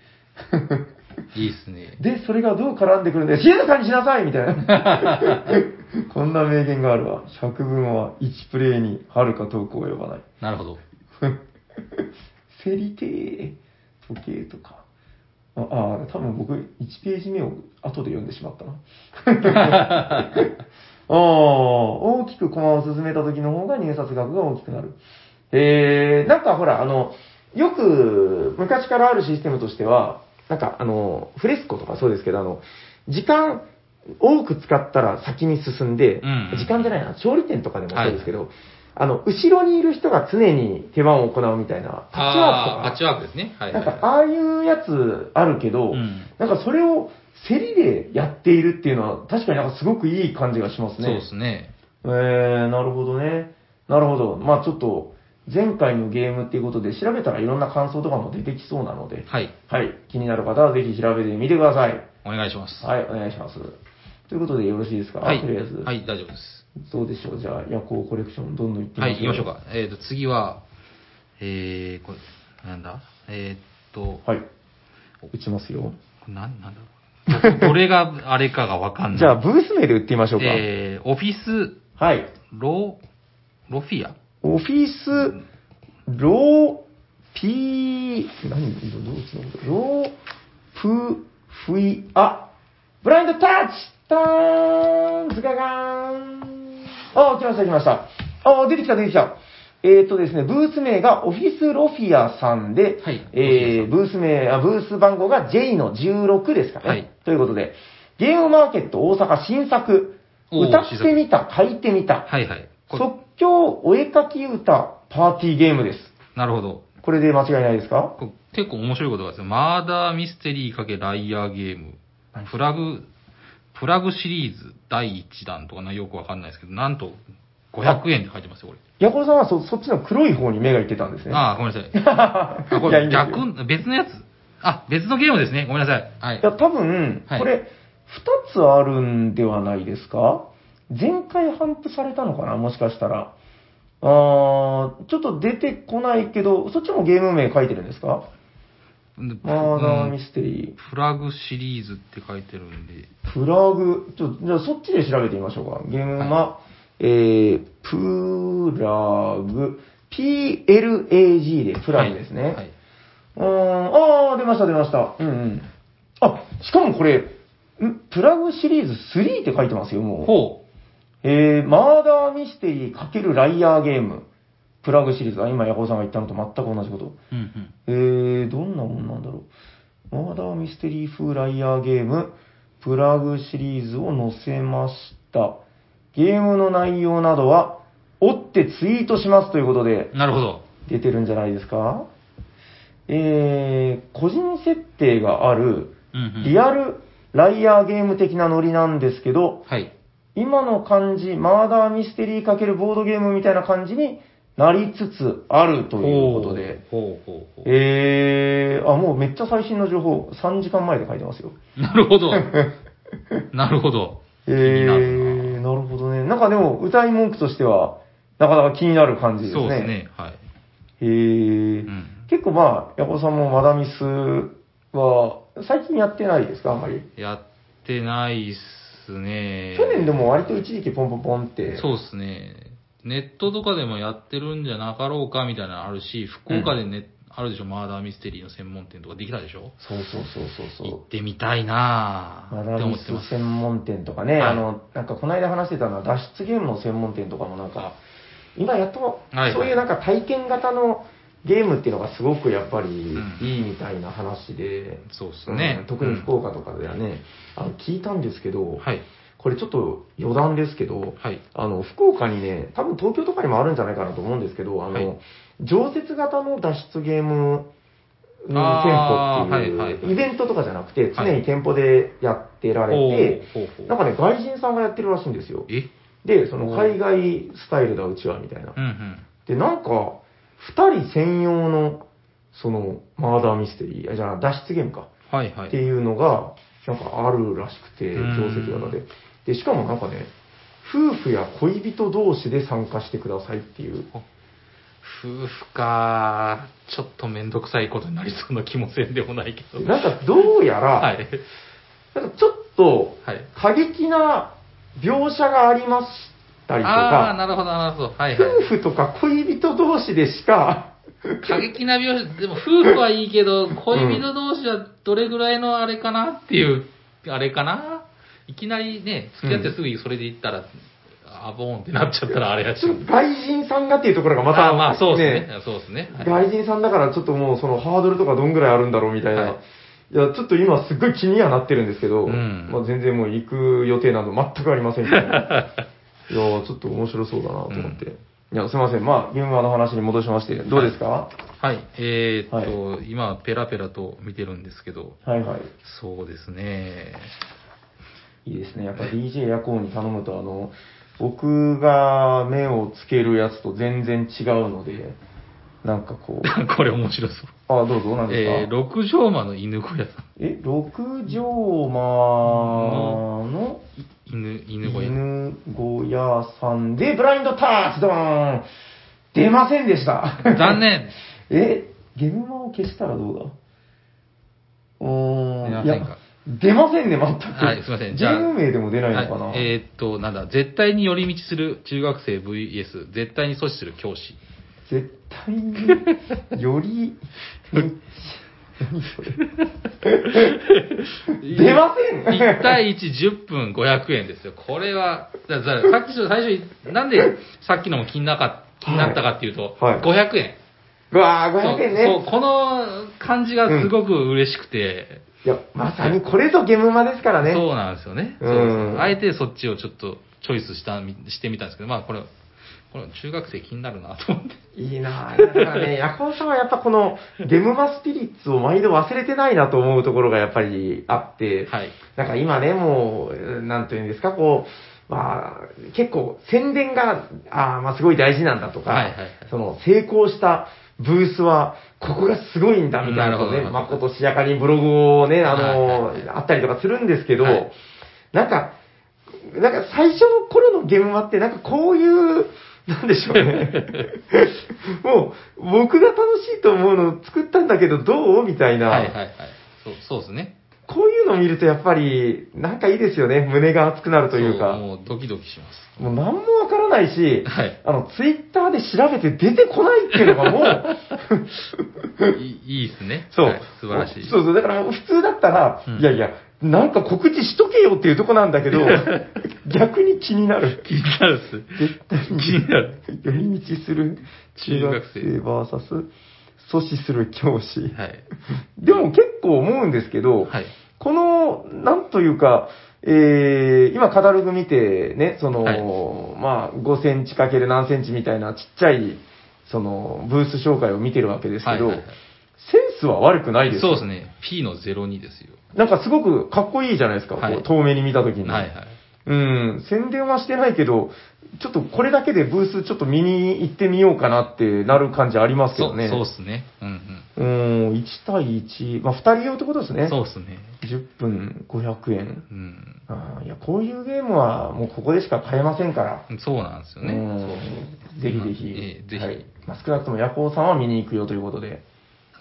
いいですね。で、それがどう絡んでくるんだよ静かにしなさいみたいな。 こんな名言があるわ。百聞は1プレイに遥か遠く及ばない。なるほど。 セリテー、時計とか。ああー、多分僕、1ページ目を後で読んでしまったな。 ああ、大きく駒を進めた時の方が入札額が大きくなる。えー、なんかほら、あの、よく昔からあるシステムとしては、なんかあの、フレスコとかそうですけど、あの、時間多く使ったら先に進んで、うんうん時間じゃないな、勝利点とかでもそうですけど、あの、後ろにいる人が常に手番を行うみたいな、パッチああー、パワークッとチワークですね。はいか、なはんいかはああいうやつあるけど、い。うん。なんかそれを競りでやっているっていうのは、確かになんかすごくいい感じがしますそうね。ですね。えー、なるほどね。なるほど。まあちょっと、前回のゲームっていうことで調べたらいろんな感想とかも出てきそうなので、はい。はい。気になる方はぜひ調べてみてください。お願いします。はい、お願いします。ということでよろしいですか、はい。とりあえず。はい、大丈夫です。どうでしょうじゃあ、夜行コレクションどんどんいってはい、行きましょうか。えっ、と、次は、えー、これ、なんだえっ、と、はい。打ちますよ。なん、なんだどどれがあれかがわかんない。じゃあ、ブース名で打ってみましょうか。えー、オフィス、はい。ロ、ロフィアオフィス、ロー、ピー、何どどうつながるロー、プ、フイ、あ、ブラインドタッチターンズガガーンあ、来ました来ました。あ、出てきた出てきた。えっ、とですね、ブース名がオフィスロフィアさんで、はいえーブース名、あ、ブース番号が J の16ですかね。はいということで、ゲームマーケット大阪新作、おー歌ってみた、書いてみた、はいはい。こ即興お絵かき歌パーティーゲームです。なるほど。これで間違いないですかこ結構面白いことがあるんですよ。マーダーミステリー×ライアーゲーム。フラグ、フラグシリーズ第1弾とかなよくわかんないですけど、なんと500円って書いてますよ、これ。ヤコロさんはそそっちの黒い方に目がいってたんですね。ああ、ごめんなさ い。あこいやいいれんですよ逆、別のやつ。あ、別のゲームですね。ごめんなさい。はいい。や、多分、はいこれ、二つあるんではないですか前回反布されたのかなもしかしたら。ああーちょっと出てこないけど、そっちもゲーム名書いてるんですかうんマーダーうんミステリー。プラグシリーズって書いてるんで、プラグ、ちょっと、じゃあそっちで調べてみましょうか。ゲームは、えー、プラグ、PLAG でプラグですね。はいはい。うーん、あー、出ました、出ました。うんうん。あ、しかもこれ、んプラグシリーズ3って書いてますよ、もう。ほえー、マーダーミステリー×ライアーゲーム。プラグシリーズ。あ、今、ヤコウさんが言ったのと全く同じこと。う。うんうん。えー、どんなもんなんだろう。マーダーミステリー風ライアーゲーム、プラグシリーズを載せました。ゲームの内容などは、追ってツイートしますということで、なるほど。出てるんじゃないですかえー、個人設定がある、うんうん。リアルライアーゲーム的なノリなんですけど、はい。今の感じ、マーダーミステリー×ボードゲームみたいな感じになりつつあるということで、ほうほうほえー、あ、もうめっちゃ最新の情報、3時間前で書いてますよ。う。なるほ ど。なるほど。えになー、るなるほどね。なんかでも、歌い文句としては、なかなか気になる感じですね。そうです。ね。はい。えうー、ん。結構まあ、ヤコさんもマダミスは、最近やってないですか、あんまり。やってないっすね。去年でも割と一時期ポンポンポンって。そうですね。ネットとかでもやってるんじゃなかろうかみたいなのあるし、福岡でね、あるでしょ、マーダーミステリーの専門店とかできたでしょそうそうそうそう行そう。ってみたいなマぁダってミ思ってますス。専門店とかはね、いあの、なんかこの間話してたのは脱出ゲームの専門店とかもなんか、今やっとはい、そういうなんか体験型のゲームっていうのがすごくやっぱりんいいみたいな話で、そうですねう。ん特に福岡。岡とかではね、あの聞いたんですけど、はい。これちょっと余談ですけど、はい。あの、福岡にね、多分東京とかにもあるんじゃないかなと思うんですけど、あの、はい常設型の脱出ゲーム、うん店舗あっーていう、はいはいはいイベントとかじゃなくて、常はに店舗でやってられて、ほうほうなんかね、外人さんがやってるらしいんですよ。えで、そおのう海外スタイルだ、うちは、みたいなう。んうん。で、なんか、二人専用の、その、マーダーミステリー、あじゃあ脱出ゲームか。はいはってい。いうのが、なんかあるらしくて、うん定石型で。で、しかもなんかね、夫婦や恋人同士で参加してくださいっていう。夫婦かちょっとめんどくさいことになりそうな気もせんでもないけど。なんかどうやら、はい。なんかちょっとはい。過激な描写がありましたりとああー、か、なるほど、なるほど。はいはい。夫婦とか恋人同士でしか、過激な描写、でも夫婦はいいけど、恋人同士はどれぐらいのあれかなっていう、あれかないきなりね、付き合ってすぐそれで行ったら、あボーンってなっちゃったらあれやしち。ょっと外人さんがっていうところがまた、あーまあそうですね。そうですね。はい外人さんだからちょっともうそのハードルとかどんぐらいあるんだろうみたいな。はいいや、ちょっと今すっごい気にはなってるんですけど、うんまあ全然もう行く予定など全くありません けど、いやーちょっと面白そうだなと思って。いや、すいません。まあ、ゲームマの話に戻しまして、どうですか、ははい。えーっと、今、ペラペラと見てるんですけど、い、はいはいそうですね。 いいですね。やっぱ DJ 夜行に頼むと、あの、僕が目をつけるやつと全然違うので、なんかこう、これ面白そう。あ、どうぞ、何ですか、えー、六畳間の犬小屋さん。え、六畳間の犬、犬小屋。犬小屋さんで、ブラインドタッチドーン出ませんでした。残念 え、ゲムマを消したらどうだうーん、出ませいんやか、出ませんね、全く。はいすいませんゲじゃあーム名でも出ないのかな。はい、えーっと、なんだ、絶対に寄り道する中学生 VS、絶対に阻止する教師。絶対に、より、何それ 出ません !1 対1、10分500円ですよ。これは、だださっきの最初に、なんでさっきのも気になか気になったかっていうと、はい500円。うわー、500円ね。そうそう、この感じがすごく嬉しくて、いや、まさにこれぞゲムマですからね。そうなんですよね。うんそうですあえてそっちをちょっとチョイスしたみしてみたんですけど、まあこれ、これ中学生気になるなと思って。 いいなぁ。だか らね、ヤコウさんはやっぱこのゲムマスピリッツを毎度忘れてないなと思うところがやっぱりあって、はい。なんか今ね、もう、なんていうんですか、こう、まあ、結構宣伝が、あーまあすごい大事なんだとか、はいはいはいその成功したブースは、ここがすごいんだみたいなことなるね、ほどまことしやかにブログをね、あの、はいはいあったりとかするんですけど、はいなんか、なんか最初の頃のゲームマって、なんかこういう、なんでしょう ね。もう、僕が楽しいと思うのを作ったんだけど、どうみたいな、はいはいはい。そうそうですね。こういうの見るとやっぱり、なんかいいですよね。胸が熱くなるというそか。もうドキドキします。もう何もわからないし、 はいあの、ツイッターで調べて出てこないっていうのがも う、いいいですね。そう、はい素晴らしい。そうそう、だから普通だったら、うんいやいや、なんか告知しとけよっていうとこなんだ けど、逆に気になる。気になるっす。絶対に気になる。寄り道する中学生 VS 阻止する教師。はい。でも結構思うんですけど、はい。この、なんというか、えー、今カタログ見てね、その、はいまあ、5センチかける何センチみたいなちっちゃい、その、ブース紹介を見てるわけですけど、はいはいはいセンスは悪くないですそうよですね。P の02ですよ。なんかすごくかっこいいじゃないですか、こうはい遠目に見たときに。はいはい。うん、宣伝はしてないけど、ちょっとこれだけでブースちょっと見に行ってみようかなってなる感じありますけそどうね。そうっすね。うんうん、1対1、まあ2人用ってことですうね。ん。そうっすね。 10分500円。うん。あーいや、こういうゲームはもうここでしか買えませんから。そうなんですよね。うん、ぜひぜひ。ええぜひはいまあ、少なくともヤコウさんは見に行くよということで。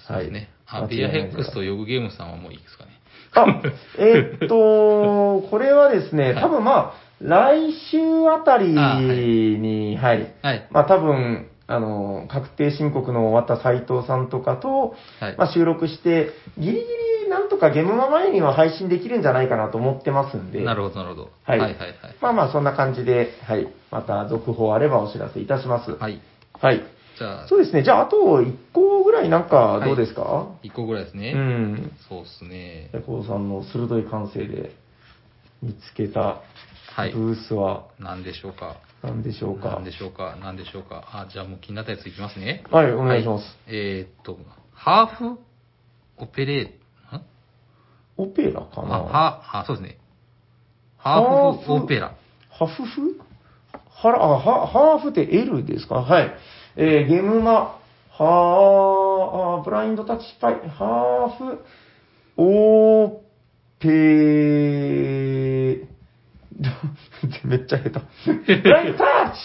そうですね。はいあ、ビアヘックスとヨグゲームさんはもういいですかね。あ、えーっと、これはで すね、多分まあ、来週あたりに、はい、はい。まあ多分、あの、確定申告の終わった斉藤さんとかと、はい。まあ、収録して、ギリギリなんとかゲームマ前には配信できるんじゃないかなと思ってますんで、なるほど、なるほど。はいはい、はい、はい。まあまあそんな感じで、はい、また続報あればお知らせいたします。はい。はい。じゃあ、そうですね、じゃああと1個ぐらいなんかどうですか、一個ぐらいですね。うん。そうっすね。ヤコウさんの鋭い感性で見つけたはい。ブースはなんでしょうか。何でしょうか、なんでしょうか。なんでしょうか。あ、じゃあもう気になったやついきますね。はい、お願いします。えーっと、ハーフオペレー、んオペラかあ、なは、は、そうですね。ハーフオペラ。ハフフハラ、あ、ハハーフって L ですかはい。えーゲームマ、ハー、あブラインドタッチパイ、ハーフ、オーペー、 めっちゃ下手。ブラインドタッチ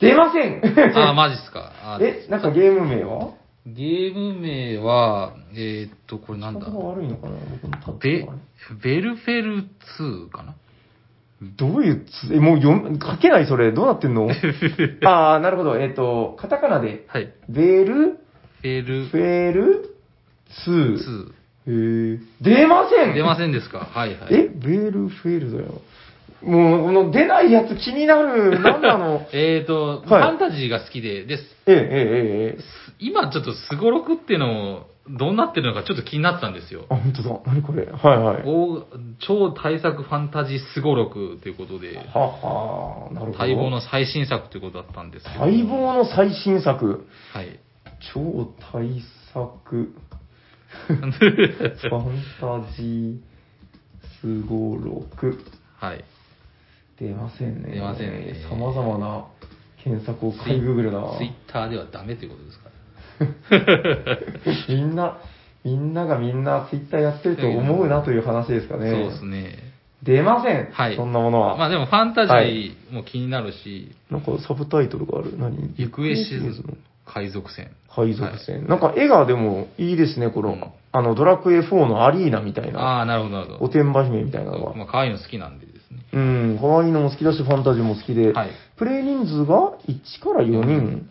出ませんあ、マジっすか。あえ、なんかゲーム名はゲーム名は、えーっと、これなんだここが悪いのかな僕のタッチベが悪い、ベルフェル2かなどういうつ、え、もう読、書けないそれ。どうなって んのあー、なるほど。えっ、と、カタカナで、はい。ベル、ベルフェル2。 2。へー出ません出ませんですか はいはい。えベルフェルだよ。もう、この出ないやつ気になる。なんな のえーっと、フはいァンタジーが好きで、です。ええええええ今ちょっとスゴロクっていうのを、どうなってるのかちょっと気になってたんですよ。あ、本当だ。何これ。はいはい。大超大作ファンタジースゴロクということで、ははなるほど。待望の最新作ということだったんですけど。待望の最新作。 はい。超大作。ファンタジー、すごろく。はい。出ませんね。出ませんね様々な検索をかいぐぐるな。ツイッターではダメということですか みんな、みんながみんなツイッターやってると思うなという話ですかね。ね。そうですね。出ません、はいそんなものは。まあでもファンタジはいーも気になるし、なんかサブタイトルがある。何行方知行ら方知ずの海賊船。海賊船、なんか絵がでもいいですね、こうの、んあの、ドラクエ4のアリーナみたいな、ああ、なるほど、なるおほてんば姫みたいなのど。が。まあ可愛いの好きなんでですね。うん、可愛いのも好きだし、ファンタジーも好きで、はいプレイ人数が1から4人。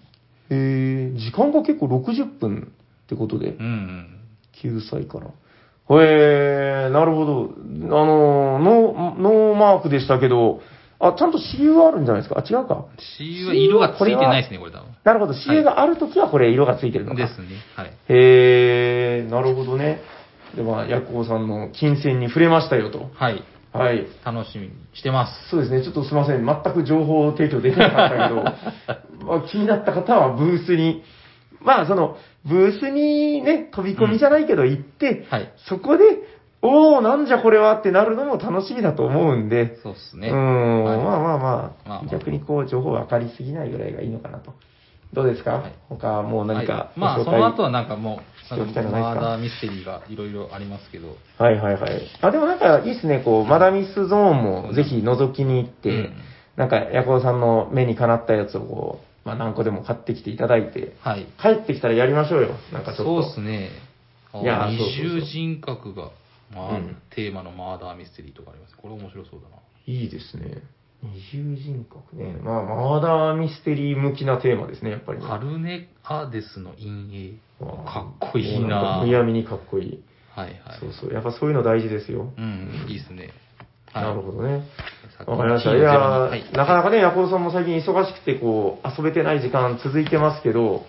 えー、時間が結構60分ってことうで。んうん。 9歳から。へえ、なるほど。あの、ノー、ノーマークでしたけど、あ、ちゃんと CU あるんじゃないですかあ、違うか。 CU は色がついてないですね、これ多分。なるほど。CU があるときはこれ色がついてるのか。ですね。はい。へえ、なるほどね。で、まあ、ヤコウさんの金銭に触れましたよと。はい。はい。楽しみにしてます。そうですね。ちょっとすいません。全く情報提供できなかった けど、まあ、気になった方はブースに、まあ、その、ブースにね、飛び込みじゃないけど行って、はい。そこで、おー、なんじゃこれはってなるのも楽しみだと思うんで、そうですうーね。ん、はいまあまあまあ、まあまあ逆にこう、情報分かりすぎないぐらいがいいのかなと。どうですか、はい他、もう何はかいごまあ、紹そ介、の後はなんかもう、してなおんきたかいんじゃなマいですーかダーミステリーがいろいろありますけど、はいはいはい。あ、でもなんかいいっすね、こう、マダミスゾーンもぜひ覗きに行って、うんなんか、ヤコウさんの目にかなったやつをこう、まあ何個でも買ってきていただいて、はい。帰ってきたらやりましょうよ。なんかちょっと。そうですね。あいや二そうそうそう重人格が、まあうんテーマのマーダーミステリーとかあります。これ面白そうだな。いいですね。二重人格ね。まあ、マーダーミステリー向きなテーマですね、やっぱり、ね。ハルネアデスの陰影。わあかっこいいなもうはんかむいやはい。みにかっこいい。そうそう。やっぱそういうの大事ですよ。うん、いいですね。はい。なるほどね。さっきのわかりました。 T いのやゼロー、にはいなかなかね、ヤコウさんも最近忙しくて、こう、遊べてない時間続いてますけど、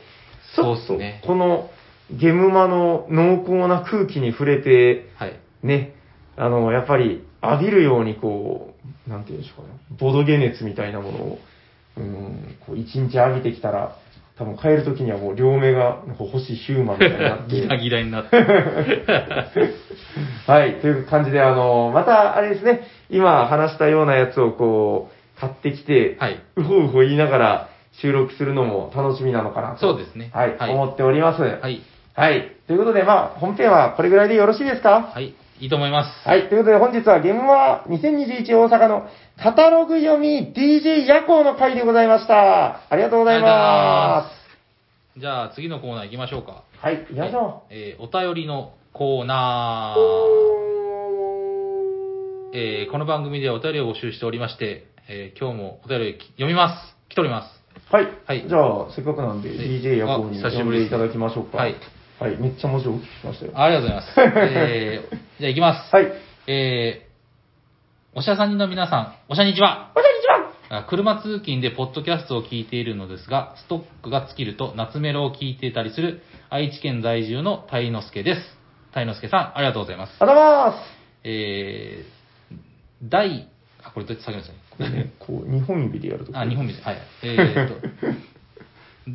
ちょそうっとっすね、このゲムマの濃厚な空気に触れて、はい。ね、あの、やっぱり浴びるようにこう、なんて言うんでしょうかね、ボドゲ熱みたいなものを、うん、こう一日浴びてきたら、多分帰るときにはもう両目がなんか星ヒューマンみたいにな っギラて、ギラにな って。はい、という感じで、あの、またあれですね、今話したようなやつをこう、買ってきて、はい。うほうほ言いながら収録するのも楽しみなのかなと。そうですねはい、はい思っております。は。はいい。ということで、まあ、本編はこれぐらいでよろしいですかはい。いいと思います。はい。ということで、本日はゲームは2021大阪のカタログ読み DJ 夜行の会でございました。ありがとうございまじゃあ次のコーナー行きましょうか。す。はい。行きましょえーお便りのコーナー。えーこの番組ではお便りを募集しておりまして、えー今日もお便り読みます。来ております。う。はい。はいじゃあ、せっかくなんでい DJ 夜行にあ久し呼んぶりででいすただきましょうか。はい。はい。めっちゃ文字大きくしましたよ。ありがとうございます。えーじゃあ行きます。はい。えーおしゃさんにの皆さん、おしゃにちは。おしゃにちはあ車通勤でポッドキャストを聞いているのですが、ストックが尽きると夏メロを聞いていたりする愛知県在住の鯛之助です。鯛之助さん、ありがとうございます。ありがとうございまえー、第、あ、これどうやって下げましたす。ねこう、2本指でやると。あ、日本。水、 はい。えー、っと、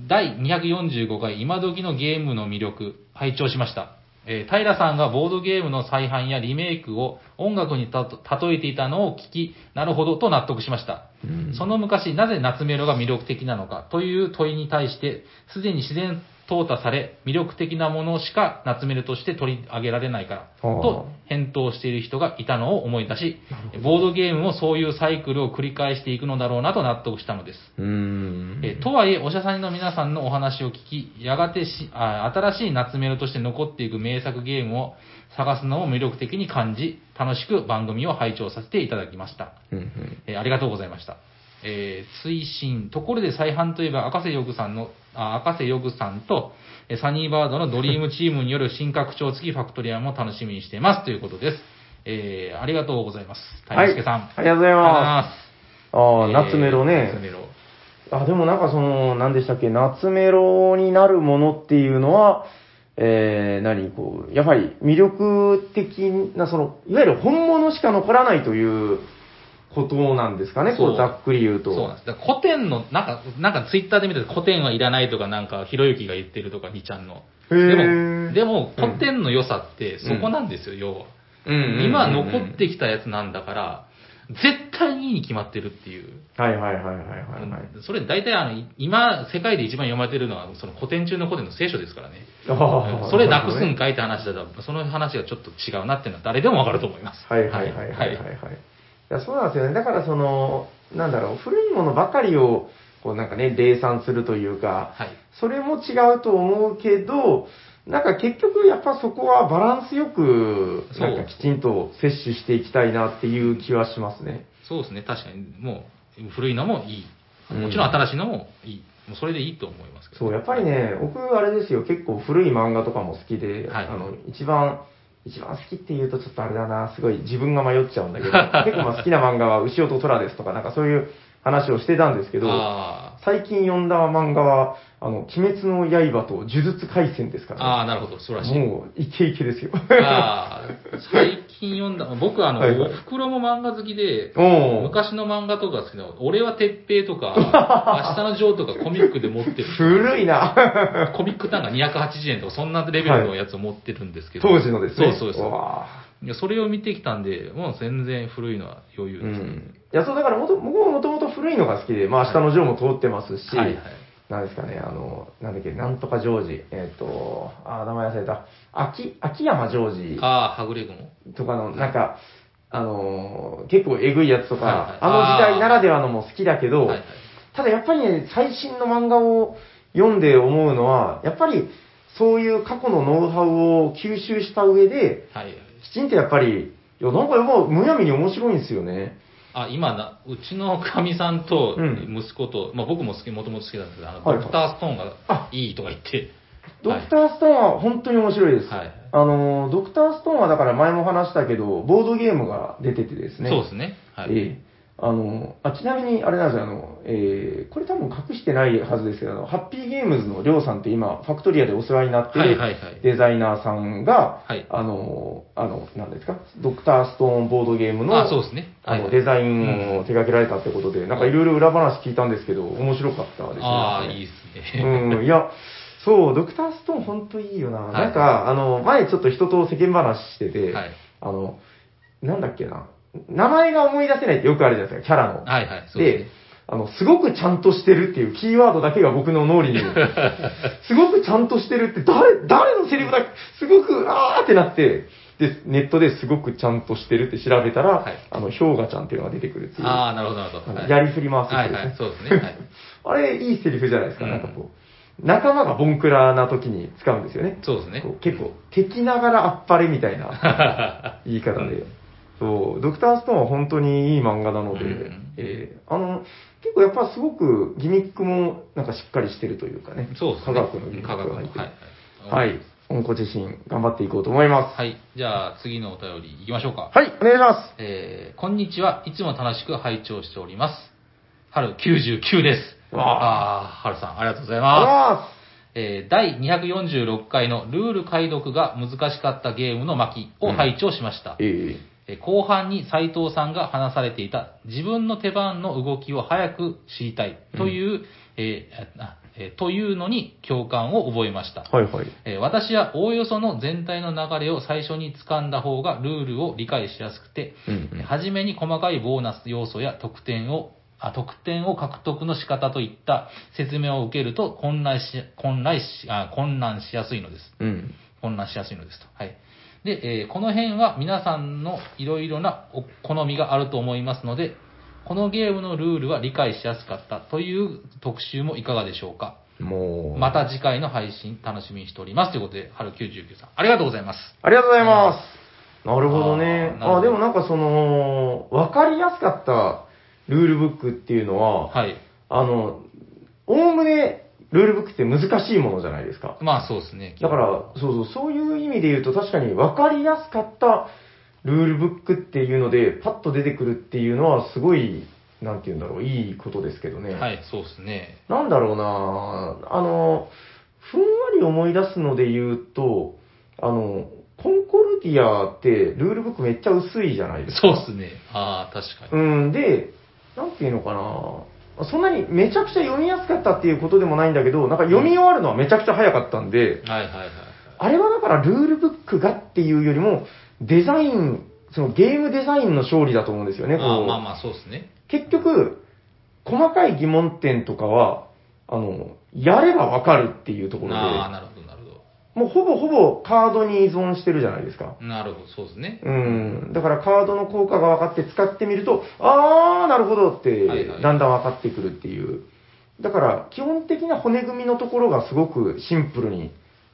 第245回今時のゲームの魅力、拝聴しました。えー平さんがボードゲームの再販やリメイクを音楽にたと例えていたのを聞き、なるほどと納得しました。うんその昔、なぜ夏メロが魅力的なのかという問いに対して、すでに自然淘汰され、魅力的なものしか夏メロとして取り上げられないから、ああと返答している人がいたのを思い出し、ボードゲームもそういうサイクルを繰り返していくのだろうなと納得したのです。うーん。えーとはいえ、おしゃさんの皆さんのお話を聞き、やがてしあ新しい夏メロとして残っていく名作ゲームを探すのを魅力的に感じ、楽しく番組を拝聴させていただきました。うんうんえーありがとうございました。えー追伸、ところで再販といえば赤瀬ヨグさんの、あ赤瀬ヨグさんと、えーサニーバードのドリームチームによる新拡張付きファクトリアも楽しみにしていますということです。えーありがとうございます。は大い。輔さん。ありがとうございます。あああ、りがとうございます夏メロねえー。夏メロ。あ、でもなんかその、何でしたっけ、夏メロになるものっていうのは、えー、何、こう、やはり魅力的な、その、いわゆる本物しか残らないということなんですかね、そうこうざっくり言うと。そうなんです。だから古典の、なんか、なんかツイッターで見てて古典はいらないとか、なんか、ひろゆきが言ってるとか、みちゃんの。へでーも、でも、うん古典の良さってそこなんですよ、要は。うんうんうんうん今残ってきたやつなんだから、絶対にいいに決まってるっていう。はいはいはいはいはいはい。それ大体あの、い今、世界で一番読まれてるのは、その古典中の古典の聖書ですからね。ああそれなくすんかいって話だと、その話がちょっと違うなっていうのは誰でもわかると思います。はいはいはいはいはい、はい。い、やそうなんですよね。だからその、なんだろう、古いものばかりを、こうなんかね、冷散するというか、はい。それも違うと思うけど、なんか結局やっぱそこはバランスよく、そうなんかきちんと摂取していきたいなっていう気はしますね。そうですね、確かに、もう、古いのもいい。うんもちろん新しいのもいい。もうそれでいいと思いますけど。そう、やっぱりね、僕あれですよ、結構古い漫画とかも好きで、はいあの、一番、一番好きって言うとちょっとあれだな、すごい自分が迷っちゃう んだけど、結構まあ好きな漫画は牛尾と虎ですとか、なんかそういう話をしてたんですけど、あ最近読んだ漫画は、あの、鬼滅の刃と呪術廻戦ですかーら、あー、なるほど、素晴らしい。もう、イケイケですよ。あー最近読んだ、僕あの、はいはいお袋も漫画好きで、お う昔の漫画とか好きなの、俺は鉄平と か、明日のジョーとかコミックで持ってる。古いなコミック単価280円とか、そんなレベルのやつを持ってるんですけど。 当時のですね。そうそううそわう。いや、それを見てきたんで、もう全然古いのは余裕ーでうすね。ん。いや、そう、だからもと、僕ももともと古いのが好きで、まあ、明日のジョーも通ってますし、はいはい。なんですかね、あの、なんだっけ、なんとかジョージ、えっ、と、あー、名前忘れた、秋、秋山ジョージああ、はぐれ雲。とかの、なんか、あのー結構えぐいやつとか、はいはいあの時代ならではのも好きだけど、はいはいただやっぱりね、最新の漫画を読んで思うのは、やっぱりそういう過去のノウハウを吸収した上で、はい。きちんとやっぱり、いや、なんかやっぱむやみに面白いんですよね。あ、今な、うちのかみさんとうん息子と、まあ僕も好き、もともと好きなんですけど、あの、はいはいドクターストーンがあいいとか言って、ドクターストーンは本当に面白いです。はいあのー、ドクターストーンはだから前も話したけど、ボードゲームが出ててですね。そうですね。はい。ええあのあちなみに、あれなんですよあの、えーこれ多分隠してないはずですけど、あのハッピーゲームズのりょうさんって今、ファクトリアでお世話になってはいるはいはいデザイナーさんが、はいあの、あの、なんですか、ドクターストーンボードゲームのあそうですねあはいはのいデザインを手掛けられたってことで、なんかいろいろ裏話聞いたんですけど、面白かったですね。ああ、いいですね。うん、いや、そう、ドクターストーン、本当いいよな、いなんか、あの、前、ちょっと人と世間話してて、はいあの、なんだっけな、名前が思い出せないってよくあるじゃないですか、キャラの。はいはい、そうですでね。、あの、すごくちゃんとしてるっていうキーワードだけが僕の脳 裏に、すごくちゃんとしてるって、誰、誰のセリフだっけすごく、あーってなって、で、ネットですごくちゃんとしてるって調べたら、はいあの、氷河ちゃんっていうのが出てくるっていう。ああ、なるほど、なるほど。はいやりすり回すはいはい、そうですね。はい。あれ、いいセリフじゃないですか、うんなんかこう。仲間がボンクラな時に使うんですよね。そうですねこ結構、敵ながらあっぱれみたいな言い方で。そう、ドクターストーンは本当にいい漫画なのうで、んえーあの、結構やっぱすごくギミックもなんかしっかりしてるというかね。そうですね。科学のギミッ科ク学がの。は入いってる。。はい。温子自身頑張っていこうと思います。はい。じゃあ、次のお便り行きましょうか。はい、お願いしまえー、こんにちは。いつも楽しく拝聴しております。春99です。わああー、春さん、ありがとうございす。ます。あえー、第246回のルール解読が難しかったゲームの巻を拝聴しました。りがとうございます。えーえー後半に斉藤さんが話されていた自分の手番の動きを早く知りたいという、えーあえーというのに共感を覚えました。はいはい。えー私はおおよその全体の流れを最初に掴んだ方がルールを理解しやすくて、うんうん初めに細かいボーナス要素や得点をあ得点を獲得の仕方といった説明を受けると混乱し混乱しあ混乱しやすいのです。うん。混乱しやすいのですと。はい。で、えーこの辺は皆さんのいろいろなお好みがあると思いますので、このゲームのルールは理解しやすかったという特集もいかがでしょうか。もう。また次回の配信楽しみにしております。ということで、春99さん、ありがとうございます。ありがとうございます。なるほどあ。ーねなるほあどでもなんかその、わかりやすかったルールブックっていうのは、はい。あの、おおむねルールブックって難しいものじゃないですか。まあそうですね。だから、そうそう、そういう意味で言うと確かにわかりやすかったルールブックっていうので、パッと出てくるっていうのはすごい、なんて言うんだろう、いいことですけどね。はい、そうですね。なんだろうなあの、ふんわり思い出すので言うと、あの、コンコルディアってルールブックめっちゃ薄いじゃないですそか。うですね。ああ、確かに。うん、で、なんていうのかなそんなにめちゃくちゃ読みやすかったっていうことでもないんだけど、なんか読み終わるのはめちゃくちゃ早かったんで、はいはいはいはい。あれはだからルールブックがっていうよりも、デザイン、そのゲームデザインの勝利だと思うんですよね、こうあーまあまあそうですね。結局、細かい疑問点とかは、あの、やればわかるっていうところで、ああ、なるほどなるほもうほぼほぼカードに依存してるじゃないですか。ど。なるほど、そうですね。うん。だからカードの効果が分かって使ってみると、あー、なるほどって、はいはいだんだん分かってくるっていう。だから、基本的な骨組みのところがすごくシンプルに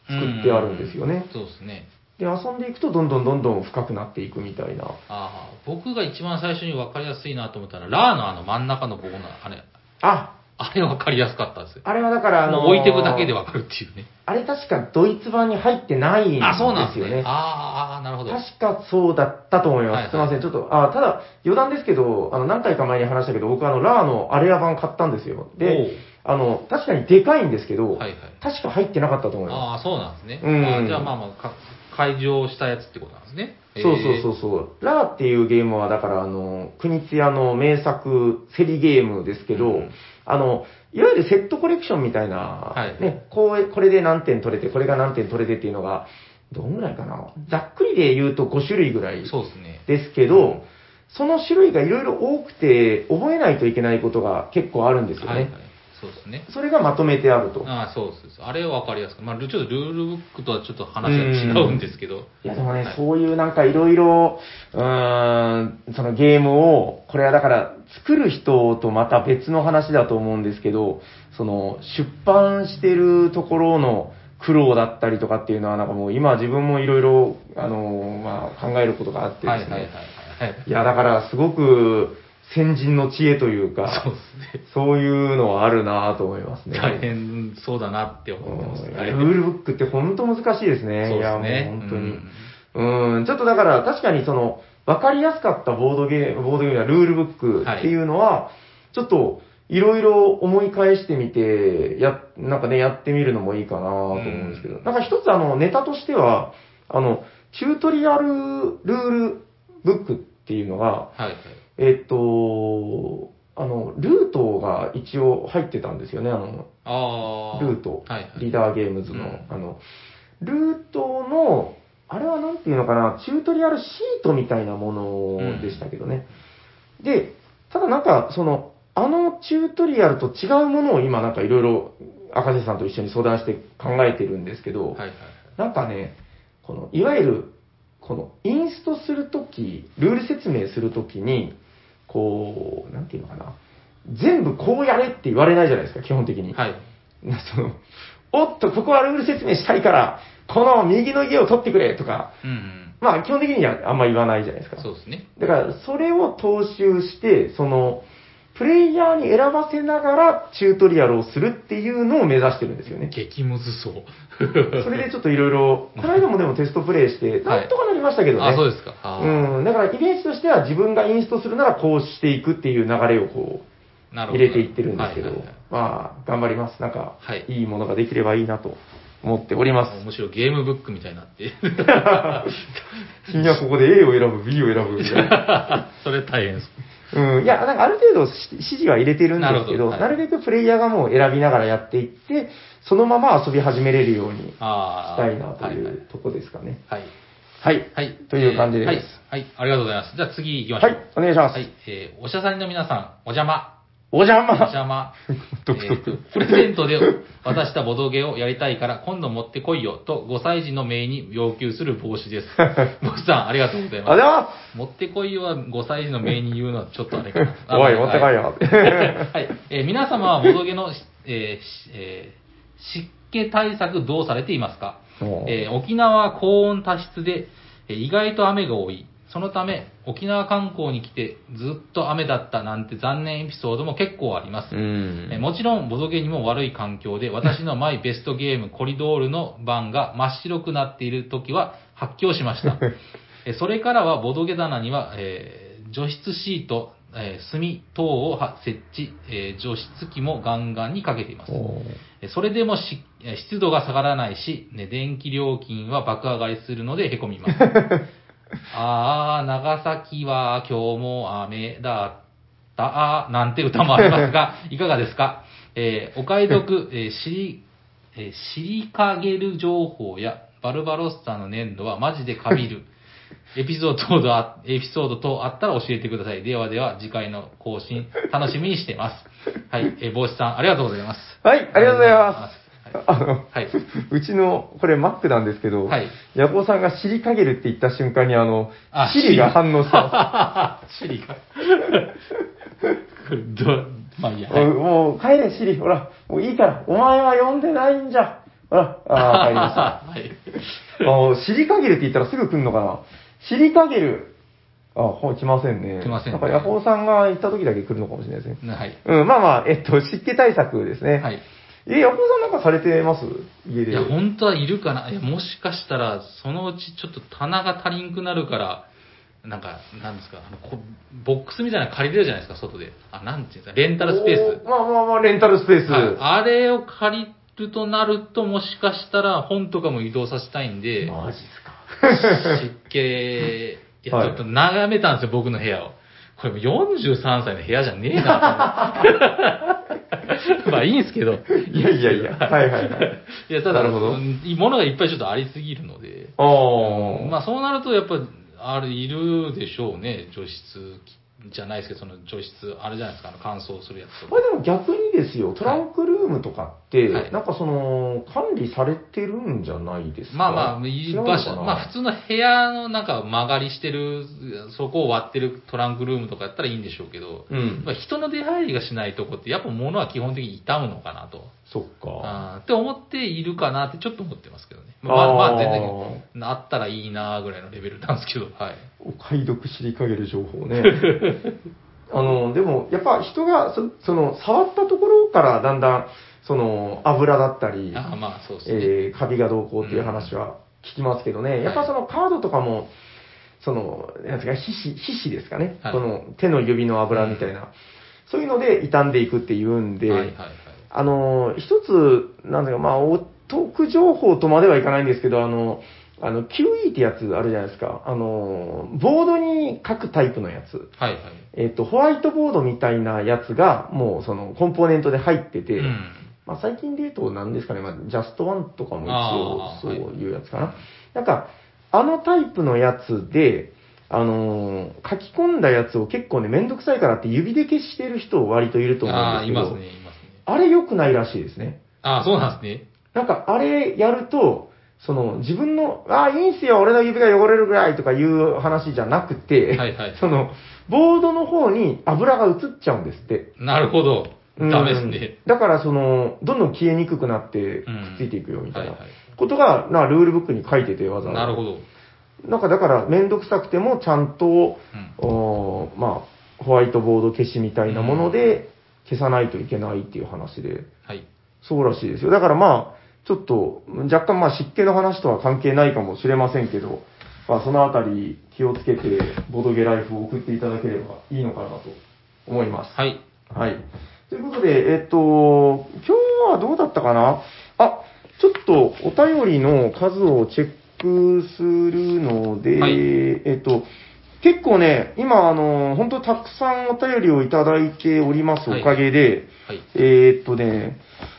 作ってあるんですよねう。そうですね。で、遊んでいくとどんどんどんどん深くなっていくみたいな。ああ、僕が一番最初に分かりやすいなと思ったら、ラーのあの真ん中の棒のあれ、あ、あれ分かりやすかったんですよ。あれはだから、あのもう置いていくだけで分かるっていうね。あれ確かドイツ版に入ってないんですよね。あ、そうなんですね。あーあー、なるほど。確かそうだったと思います。すいはいまはいせん、ちょっと、あただ、余談ですけど、あの、何回か前に話したけど、僕、あの、ラーのアレア版買ったんですよ。おうで、あの、確かにでかいんですけど、はいはい確か入ってなかったと思いまああ、そうなんですね。うんあーじゃあまあまあか、会場したやつってことなんですね。す。そうそうそうそう。ラーっていうゲームは、だから、あの、国津屋の名作、競りゲームですけど、うんあの、いわゆるセットコレクションみたいな、はいね、こう、これで何点取れて、これが何点取れてっていうのが、どんぐらいかな。ざっくりで言うと5種類ぐらえいーそうですね。ですけど、その種類がいろいろ多くて、覚えないといけないことが結構あるんですよね。はいはい。そうですね。それがまとめてあると。ああ、そうそうそう。あれは分かりやすく。まあ、ちょっとルールブックとはちょっと話が違うんですけど。いやでもね、はいそういうなんかいろいろ、うーん、そのゲームを、これはだから、作る人とまた別の話だと思うんですけど、その、出版してるところの苦労だったりとかっていうのは、なんかもう今自分もいろいろ、あの、まあ、考えることがあってはでいすね。はいはいはい。いや、だからすごく先人の知恵というか、そうですね。そういうのはあるなぁと思いますね。大変そうだなって思ってます。うんはいルールブックって本当難しいですね。そうですいや、もねう。本当に。うん、ちょっとだから確かにその、わかりやすかったボードゲーム、ボードゲームやルールブックっていうのは、ちょっと、いろいろ思い返してみて、や、なんかね、やってみるのもいいかなと思うんですけど、うんなんか一つあの、ネタとしては、あの、チュートリアルルールブックっていうのが、はいはい。えっと、あの、ルートが一応入ってたんですよね、あの、ああ。ルートはいはい。リーダーゲームズの、うんあの、ルートの、あれはなんていうのかな、チュートリアルシートみたいなものでしたけどね。で、ただなんか、その、あのチュートリアルと違うものを今なんかいろいろ赤瀬さんと一緒に相談して考えてるんですけど、はいはい。なんかね、この、いわゆる、この、インストするとき、ルール説明するときに、こう、なんていうのかな、全部こうやれって言われないじゃないですか、基本的に。はい。なその、 おっと、ここはルール説明したいから、この右の家を取ってくれとか、うんうん。まあ基本的にはあんま言わないじゃないですか。そうですね。だから、それを踏襲して、その、プレイヤーに選ばせながらチュートリアルをするっていうのを目指してるんですよね。激ムズそう。それでちょっといろいろ、この間もでもテストプレイして、 はいなんとかなりましたけどね。あ、そうですか。あーうん、だからイメージとしては自分がインストするならこうしていくっていう流れをこう、なるほ入ど。れていってるんですけど、はいはいはいまあ、頑張ります。なんか、はいいいものができればいいなと思っておりまむしろゲームブックみたいにな って。す。君はここで A を選ぶ、B を選ぶみたいな。それ大変です。うん、いや、なんかある程度し指示は入れてるんですけど、ななるるほどはいべくプレイヤーがもう選びながらやっていって、そのまま遊び始めれるようにしああ。たいなといはうとこですかね。はい。はい。はい。という感じでえすーはい。はい。ありがとうございます。じゃあ次行きましょはう。い、お願いします。はい。えーおしゃさりの皆さん、お邪魔。お邪お魔。邪魔。 独特えーとプレゼントで渡したボドゲをやりたいから今度持ってこいよと5歳児の命に要求する帽子 です。帽子さん、ありがとうございあまりす。が持ってこいよは5歳児の命に言うのはちょっとあれか な。とうございます。おい、持あって帰れよ。 はい、えー皆様はボドゲの、えーしえー湿気対策どうされていますか、もうえー沖縄は高温多湿で、えー意外と雨が多い。そのため、沖縄観光に来てずっと雨だったなんて残念エピソードも結構あります。うんえーもちろん、ボドゲにも悪い環境で、私のマイベストゲーム、コ リドールの番が真っ白くなっている時は発狂しま した。えーそれからは、ボドゲ棚には、えー除湿シート、えー炭等をは設置、えー除湿機もガンガンにかけています。おえーそれでもしえー湿度が下がらないし、ね、電気料金は爆上がりするので凹みます。あー、長崎は今日も雨だった、なんて歌もありますが、いかがですかえーお買い得、えー知り、えー知りかげる情報や、バルバロッサの粘土はマジでカビる。エピソード等あ、エピソード等あったら教えてください。ではでは、次回の更新、楽しみにしています。はい、えー帽子さん、ありがとうございます。はい、ありがとうございます。あ の、はい。うちの、これ Mac なんですけど、はいヤコウさんが尻かげるって言った瞬間にあの、あシリが反 応したんでシリが。これど、まあいいや。すはいおもう帰れ、シリ、ほら、もういいから、お前は呼んでないんじゃ。ほら、ああ、帰りま した。あの、尻かげるって言ったらすぐ来るのかな尻かげる。あ、ほう、来ませんね。来ませんなんかヤコウさんが行った時だけ来るのかもしれないですね。はい。はい。うん、まあまあ、えっと、湿気対策ですね。はい。え、ヤコウさんなんかされてます家で。いや、本当はいるかな。いや、もしかしたら、そのうちちょっと棚が足りんくなるから、なんか、なんですか、あのこボックスみたいなの借りれるじゃないですか、外で。あ、なんていうんですか、レンタルスペーおまあまあまあ、レンタルスペース。ス。はい、あれを借りるとなると、もしかしたら本とかも移動させたいんで、マジっすか。湿気、いや、ちはいょっと眺めたんですよ、僕の部屋を。これもう43歳の部屋じゃねえなと思っ て、まあ いいんですけど。いやいやいや、はいはい はい。いや、ただ、なるほどうん物がいっぱいちょっとありすぎるので。おー。まあそうなると、やっぱ、あれ、いるでしょうね、除湿機じゃないですけど、その除湿、あれじゃないですか、あの乾燥するやつとか。これでも逆にですよ、トランクルーームとかって、はいなんかその、管理されてるんじゃないですかまあまあ、違いうのか場な所、まあ普通の部屋のなんか曲がりしてる、そこを割ってるトランクルームとかやったらいいんでしょうけど、うんま。あ人の出入りがしないとこって、やっぱ物は基本的に傷むのかなと。そっか。あーって思っているかなってちょっと思ってますけどね。まあまあまあ全然、然。あったらいいなぐらいのレベルなんですけど、はい。お買い得知りかける情 報ね。あの、でも、やっぱ人がそ、その、触ったところからだんだん、その、油だったり、あーまあそうですね。えーカビがどうこうっていう話は聞きますけどね、んやっぱそのカードとかも、その、なんですか、皮脂、皮脂ですかね、はいその手の指の油みたいな、そういうので傷んでいくっていうんで、はいはいはい。あの、一つ、なんだか、まあ、お得情報とまではいかないんですけど、あの、あの、QE ってやつあるじゃないですか。あの、ボードに書くタイプのやつ。はいはい。えっ、と、ホワイトボードみたいなやつが、もうその、コンポーネントで入ってて、うん。まあ、最近で言うと何ですかね、まあ、ジャストワンとかもあー一応そういうやつかな。なんか、あのタイプのやつで、あのー書き込んだやつを結構ね、めんどくさいからって指で消してる人割といると思うんあであ、すいけど、ますね、いますね。あれ良くないらしいですね。ああ、そうなんですね。なんか、あれやると、その、自分の、ああ、いいんすよ、俺の指が汚れるぐらいとかいう話じゃなくて、はいはいその、ボードの方に油が移っちゃうんですって。なるほど。うんダメですね。だから、その、どんどん消えにくくなって、くっついていくよ、みたいなことが、な、ルールブックに書いてて、わざわざ。なるほど。なんか、だから、めんどくさくても、ちゃんと、うんおーまあ、ホワイトボード消しみたいなもので、消さないといけないっていう話で。はい。そうらしいですよ。だからまあ、ちょっと、若干まあ湿気の話とは関係ないかもしれませんけど、まあそのあたり気をつけて、ボドゲライフを送っていただければいいのかなと思います。はい。はい。ということで、えっと、今日はどうだったかなあ、ちょっとお便りの数をチェックするので、はいえっと、結構ね、今、あの、本当たくさんお便りをいただいておりますおかげで、はい。えーっとね、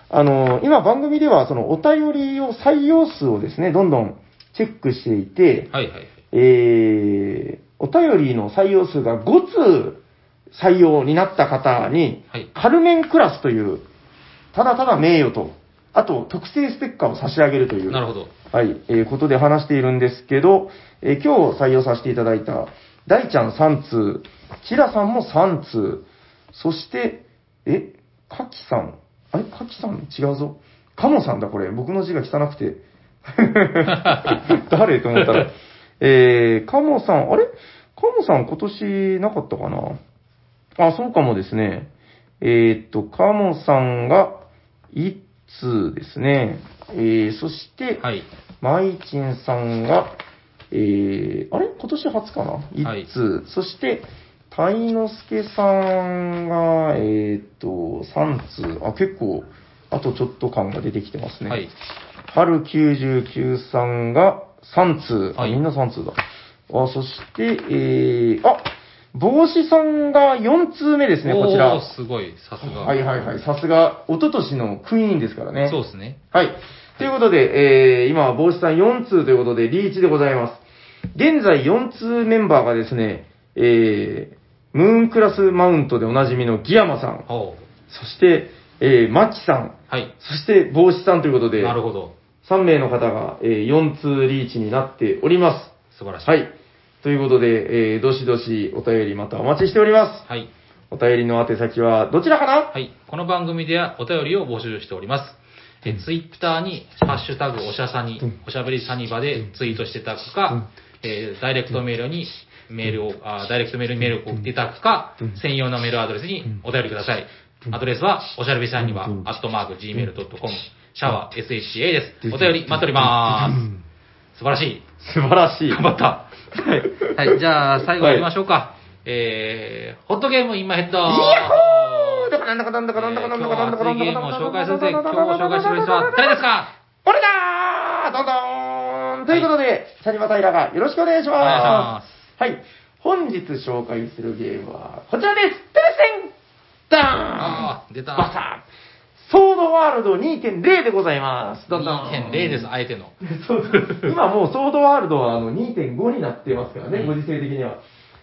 あの、今番組ではそのお便りを採用数をですね、どんどんチェックしていて、はいはい。えー、お便りの採用数が5通採用になった方に、はい。カルメンクラスという、ただただ名誉と、あと特製ステッカーを差し上げるという、なるほど。はい、えーことで話しているんですけど、えー今日採用させていただいた、大ちゃん3通、キラさんも3通、そして、え、かきさん、あれかきさん違うぞ。かもさんだ、これ。僕の字が汚くて。誰と思ったら。えー、かもさん、あれかもさん今年なかったかなあ、そうかもですね。えーっと、かもさんが1通ですね。えー、そして、はい。マイチンさんが、えー、あれ今年初かなはい一通、そして、タイノスケさんが、えー、っと、三通。あ、結構、あとちょっと感が出てきてますね。はい。春99さんが3通。あ、はいみんな3通だ。あ、そして、えー、あ、帽子さんが4通目ですね、こちら。おーすごい。さすが。はいはいはい。さすが、一昨年のクイーンですからね。そうですね。はい。ということで、えー、今は帽子さん4通ということで、リーチでございます。現在4通メンバーがですね、えー、ムーンクラスマウントでおなじみのギヤマさん、おーそして、えー、マキさん、はい。そして帽子さんということで、なるほど。 3名の方が、えー、4通リーチになっておりま素晴らしい。す。は。い。ということで、えー、どしどしお便りまたお待ちしております。はい。お便りの宛先はどちらかな、はい。この番組ではお便りを募集しております。え、ツイッターに、ハッシュタグおしゃさに、おしゃべりサニバでツイートしていただくか、えーダイレクトメールにメールを、あダイレクトメールにメールを送っていただくか、専用のメールアドレスにお便りください。アドレスは、おしゃべりサニバ、アットマーク、gmail.com、シャワー、sha です。お便り待っております。素晴らしい。素晴らしい。頑張った。はい。じゃあ、最後行きましょうか。えー、ホットゲームインマイヘッド。いやっほーだからなんだかなんだかなんだかなんだかなんだかなんだかなんだかなんだ今日熱いゲームを紹介すかなんだかなんだかる今日ご紹介する人は誰ですか俺だーどんどーんということで、サニバタイラがよろしくお願いしお願いしまます。はい。本日紹介するゲームはこちらです。テレセンダあーンー出たバサーソードワールド2.0でございます。どんどん。 2.0です、あえての。そう今もうソードワールドはあの2.5になってますからね、ご時世的には。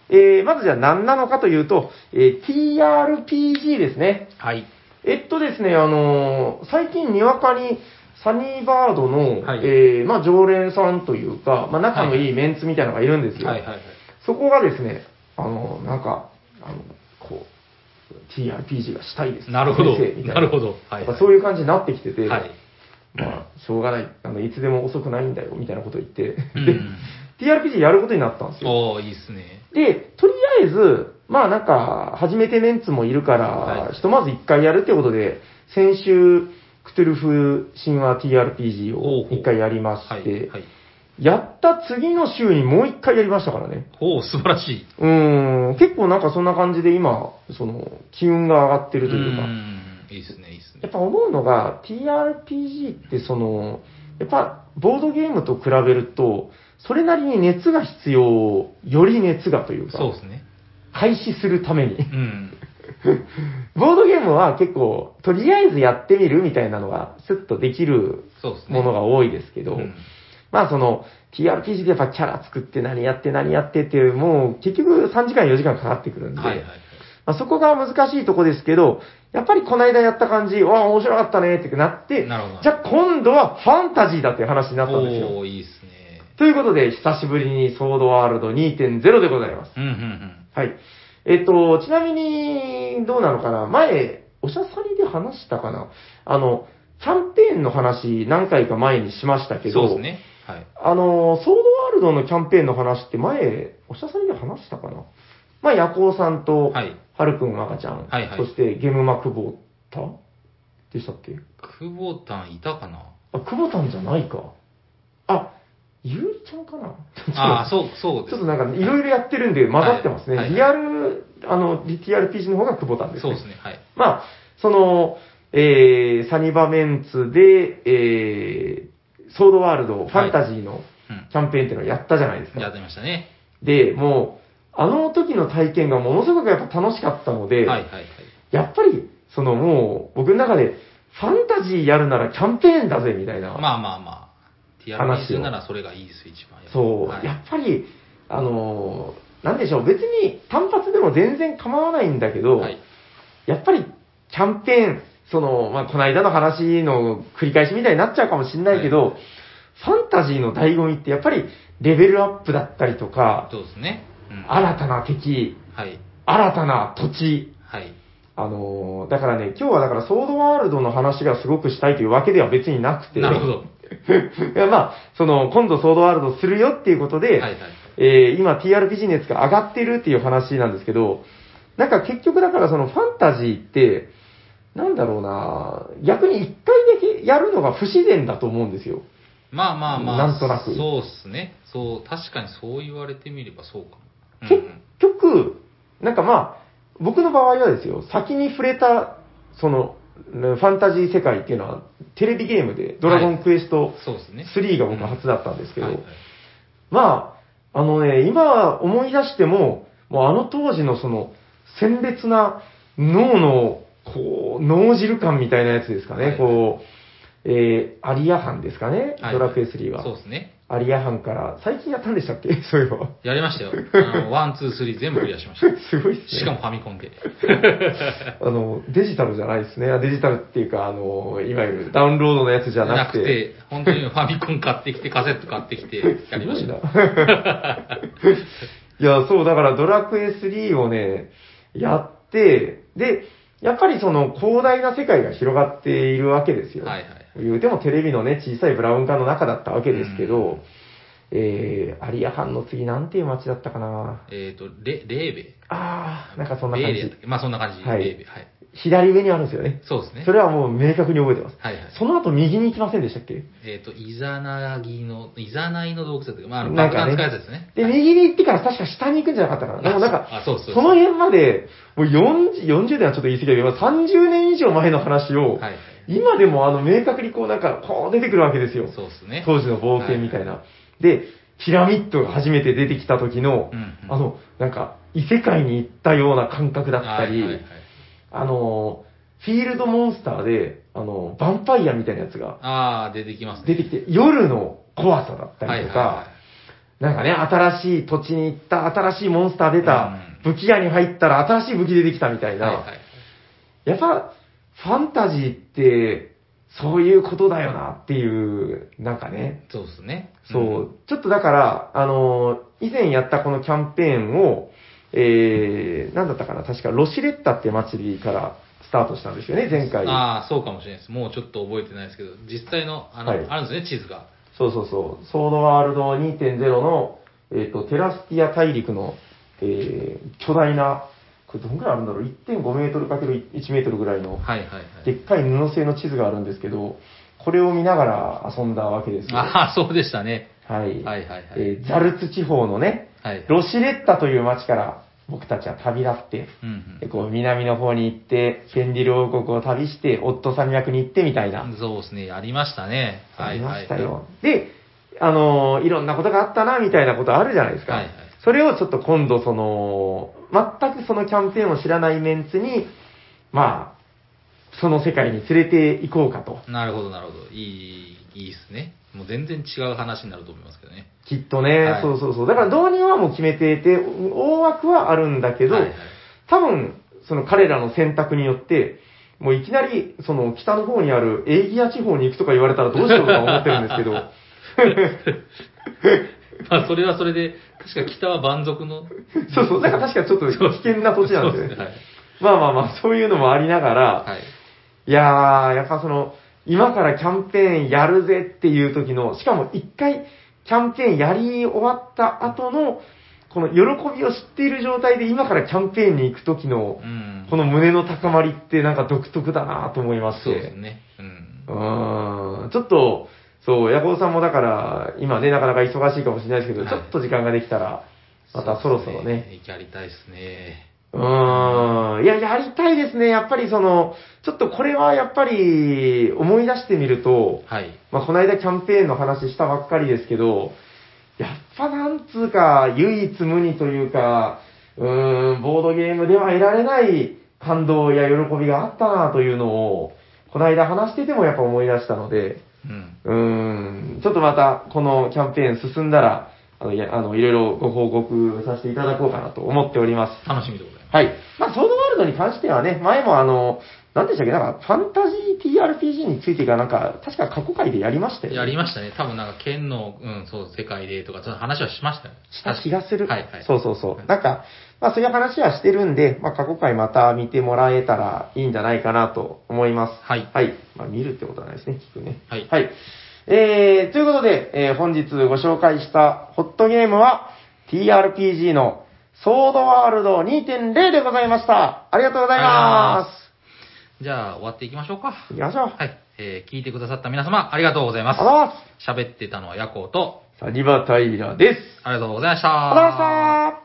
えー、まずじゃあ何なのかというと、えー TRPG ですね。はい。えっとですね、あのー最近にわかに、サニーバードの、はいえーまあ、常連さんというか、まあ、仲のいいメンツみたいなのがいるんですよ。はいはいはい。そこがですね、あのーなんか、あの、こう、TRPG がしたいです。なるほど。先生みたいなるほど。はい、やっぱそういう感じになってきてて、はい。まあ、しょうがない。あの、いつでも遅くないんだよ、みたいなことを言って、うでん。 TRPG やることになったんですよ。おー、いいっすね。で、とりあえず、まあなんか、初めてメンツもいるから、はいひとまず一回やるってことで、先週、クトゥルフ神話 TRPG ほをうほう一回やりまして、はい。はい。やった次の週にもう一回やりましたからね。おー、素晴らしい。うーん、結構なんかそんな感じで今、その、機運が上がってるというか、ん。いいっすね、いいっすやっね。ぱ思うのが、TRPG ってその、やっぱボードゲームと比べると、それなりに熱が必要、より熱がというか、そうですね。開始するために。 うん。ボードゲームは結構、とりあえずやってみるみたいなのが、スッとできるそうですね。ものが多いですけど、うんまあその、TRPG でやっぱキャラ作って何やって何やってっていう、もう結局3時間4時間かかってくるんで、はいはいはい。まあ、そこが難しいとこですけど、やっぱりこの間やった感じ、わあ、面白かったねってなって、なるほどじゃあ今度はファンタジーだっていう話になったんですよ。おー、いいっすね。ということで、久しぶりにソードワールド2.0でございます。うんうんはい。えっと、ちなみに、どうなのかな前、おしゃさりで話したかなあの、キャンペーンの話何回か前にしましたうけん。そど、うですね。はい。あの、ソードワールドのキャンペーンの話って前、おしゃさりで話したかなまあ、ヤコウさんと、はい。はるくん、まかちゃん、はいはいそしてゲームマクボタンでしたっけ久保田いたかなあ、クボタンじゃないか。あ、ゆうりちゃんかなああ、そう、そうでちすょっと。なんか、いろいろやってるんで混ざってますね。はいはいリアル、あの、TRPG の方がクボタンですそうね。ですね。はい。まあ、その、えー、サニバメンツで、えー、ソードワールド、ファンタジーのうキャンペーンっていうのをやったじゃないですか。ん。やってましたね。で、もう、あの時の体験がものすごくやっぱ楽しかったので、はいはいはい。やっぱり、そのもう、僕の中で、ファンタジーやるならキャンペーンだぜ、みたいな。まあまあまあ。話を TRPG ならそれがいいです、一番。そう、はいやっぱり、あのーなんでしょう、別に単発でも全然構わないんだけど、はい。やっぱり、キャンペーン、その、まあ、この間の話の繰り返しみたいになっちゃうかもしれないけど、ファンタジーの醍醐味って、やっぱり、レベルアップだったりとか、そうですね。うん。新たな敵、はい。新たな土地、はい。あのーだからね、今日はだからソードワールドの話がすごくしたいというわけでは別になくて、なるほ ど。はいやまあ、その、今度ソードワールドするよっていうことで、いはい。えー今 TRPG 熱が上がってるっていう話なんですけど、なんか結局だからそのファンタジーって、なんだろうな逆に一回だけやるのが不自然だと思うんですよ。まあまあまあ。なんとなそくうですね。そう、確かにそう言われてみればそうかも。うん結局、なんかまあ、僕の場合はですよ、先に触れた、その、ねファンタジー世界っていうのは、テレビゲームで、ドラゴンクエスうト、んそうですね。 3が僕初だったんですけど、はいはいまあ、あのね、今思い出しても、もうあの当時のその、鮮烈な脳の、こう、脳汁感みたいなやつですかね、はいこう、えー、アリア班ですかね、はいドラクエ3そうは。ですね。アリア班から、最近やったんでしたっけ そういえば。やりましたよ。あ の、ワン、ツー、スリー全部クリアしました。すごいっすね。しかもファミコンで。あの、デジタルじゃないですね。あデジタルっていうか、あの、いわゆるダウンロードのやつじゃなくて。て、本当にファミコン買ってきて、カセット買ってきて、やりましたよ。すごいな いや、そう、だからドラクエ3をね、やって、で、やっぱりその広大な世界が広がっているわけですよ。はいはい。言うてもテレビのね、小さいブラウン管の中だったわけですけど、えー、アリア藩の次なんていう街だったかなえっ、と、レ、レーベ。あー、なんかそんなレ感ーベやっじたっ。けまあそんな感じ。はいレーベ。はい。左上にあるんですよね。そうですね。それはもう明確に覚えてます。はいはい。その後右に行きませんでしたっけえっ、と、イザナギの、イザナイの洞窟だったっけまあ、あのなん爆か弾ね使うやつですね。で、右に行ってから確か下に行くんじゃなかったかな。でもなんか、あ、そうそうそうその辺まで、もう40、40年はちょっと言い過ぎだけど、30年以上前の話を、はいはい。今でもあの明確にこうなんか、こう出てくるわけですよ。そうですね。当時の冒険みたいな。で、ピラミッドが初めて出てきた時のう、んうん。あの、なんか、異世界に行ったような感覚だったはいはいはりい、あの、フィールドモンスターで、あの、ヴァンパイアみたいなやつがああ、出てきますね。出てきて、夜の怖さだったりとか、なんかね、新しい土地に行った、新しいモンスター出た、武器屋に入ったら新しい武器出てきたみたいいな、はいはいはいはいはいやっぱ、ファンタジーって、そういうことだよなっていう、なんかね。そうですね。そう。ちょっとだから、あのー以前やったこのキャンペーンを、えー、なんだったかな確かロシレッタって祭りからスタートしたんですよね、前回。ああ、そうかもしれないです。もうちょっと覚えてないですけど、実際の、あの、はいあるんですね、地図が。そうそうそう。ソードワールド2.0の、えっ、と、テラスティア大陸の、えー、巨大な、これどんぐらいあるんだろう ?1.5 メートルかける1メートルぐらいの、はいはいはでい。っかい布製の地図があるんですけど、これを見ながら遊んだわけですよ。はああ、そうでしたね。い。はいはいはい。えーザルツ地方のね、はい。ロシレッタという町から僕たちは旅立って、うんでこう南の方に行って、ケンディル王国を旅して、オット山脈に行ってみたいなう。ん。そうですね、ありましたね。あはいりはまい。したよ。で、あのーいろんなことがあったな、みたいなことあるじゃないですか。はいはいそれをちょっと今度、その、全くそのキャンペーンを知らないメンツに、まあ、その世界に連れて行こうかと。なるほどなるほど。いい、いいですね。もう全然違う話になると思いますけどね。きっとね、はいそうそうそう。だから導入はもう決めていて、大枠はあるんだけど、はい はい多分、その彼らの選択によって、もういきなり、その北の方にあるエーギア地方に行くとか言われたらどうしようか思ってるんです けど、まあ、それはそれで、確か北は蛮族の。 そうそう、だから確かちょっと危険な土地なんですよね。まあまあまあ、そういうのもありながら、はい。い、やー、やっぱその、今からキャンペーンやるぜっていう時の、しかも一回キャンペーンやり終わった後の、この喜びを知っている状態で今からキャンペーンに行く時のう、ん。この胸の高まりってなんか独特だなと思いまして。そうですね。うんう。ーんちょっと、そう、ヤコウさんもだから、今ね、なかなか忙しいかもしれないですけど、はいちょっと時間ができたら、またそろそろうですね。。やりたいですね。うーん。いや、やりたいですね。やっぱりその、ちょっとこれはやっぱり思い出してみると、はい。まあ、この間キャンペーンの話したばっかりですけど、やっぱなんつうか、唯一無二というか、うーん、ボードゲームでは得られない感動や喜びがあったなというのを、この間話しててもやっぱ思い出したので、うん。うーん、ちょっとまたこのキャンペーン進んだら、あの、いやあのいろいろご報告させていただこうかなと思っております。楽しみでございます。はい。まあ、ソードワールドに関してはね、前もあの、何でしたっけ、なんか、ファンタジー TRPG についてが、なんか、確か過去回でやりましたよね。やりましたね。多分なんか、県の、うん、そう、世界でとか、その話はしましたよ。した気がする。はいはい。。そううそうそうは。いなんか、まあそういう話はしてるんで、まあ過去回また見てもらえたらいいんじゃないかなと思います。はいはい。まあ見るってことはないですね、聞くね。はいはい。えー、ということで、えー本日ご紹介したホットゲームは TRPG のソードワールド2.0でございました。ありがとうございまじゃあ、終わっていきましょうか。す。行きましょう。はい。えー、聞いてくださった皆様、ありがとうございま。ありがとうございます喋ってたのはヤコウと、す。サニバタイラです。ありがとうございました。ありがとうございました。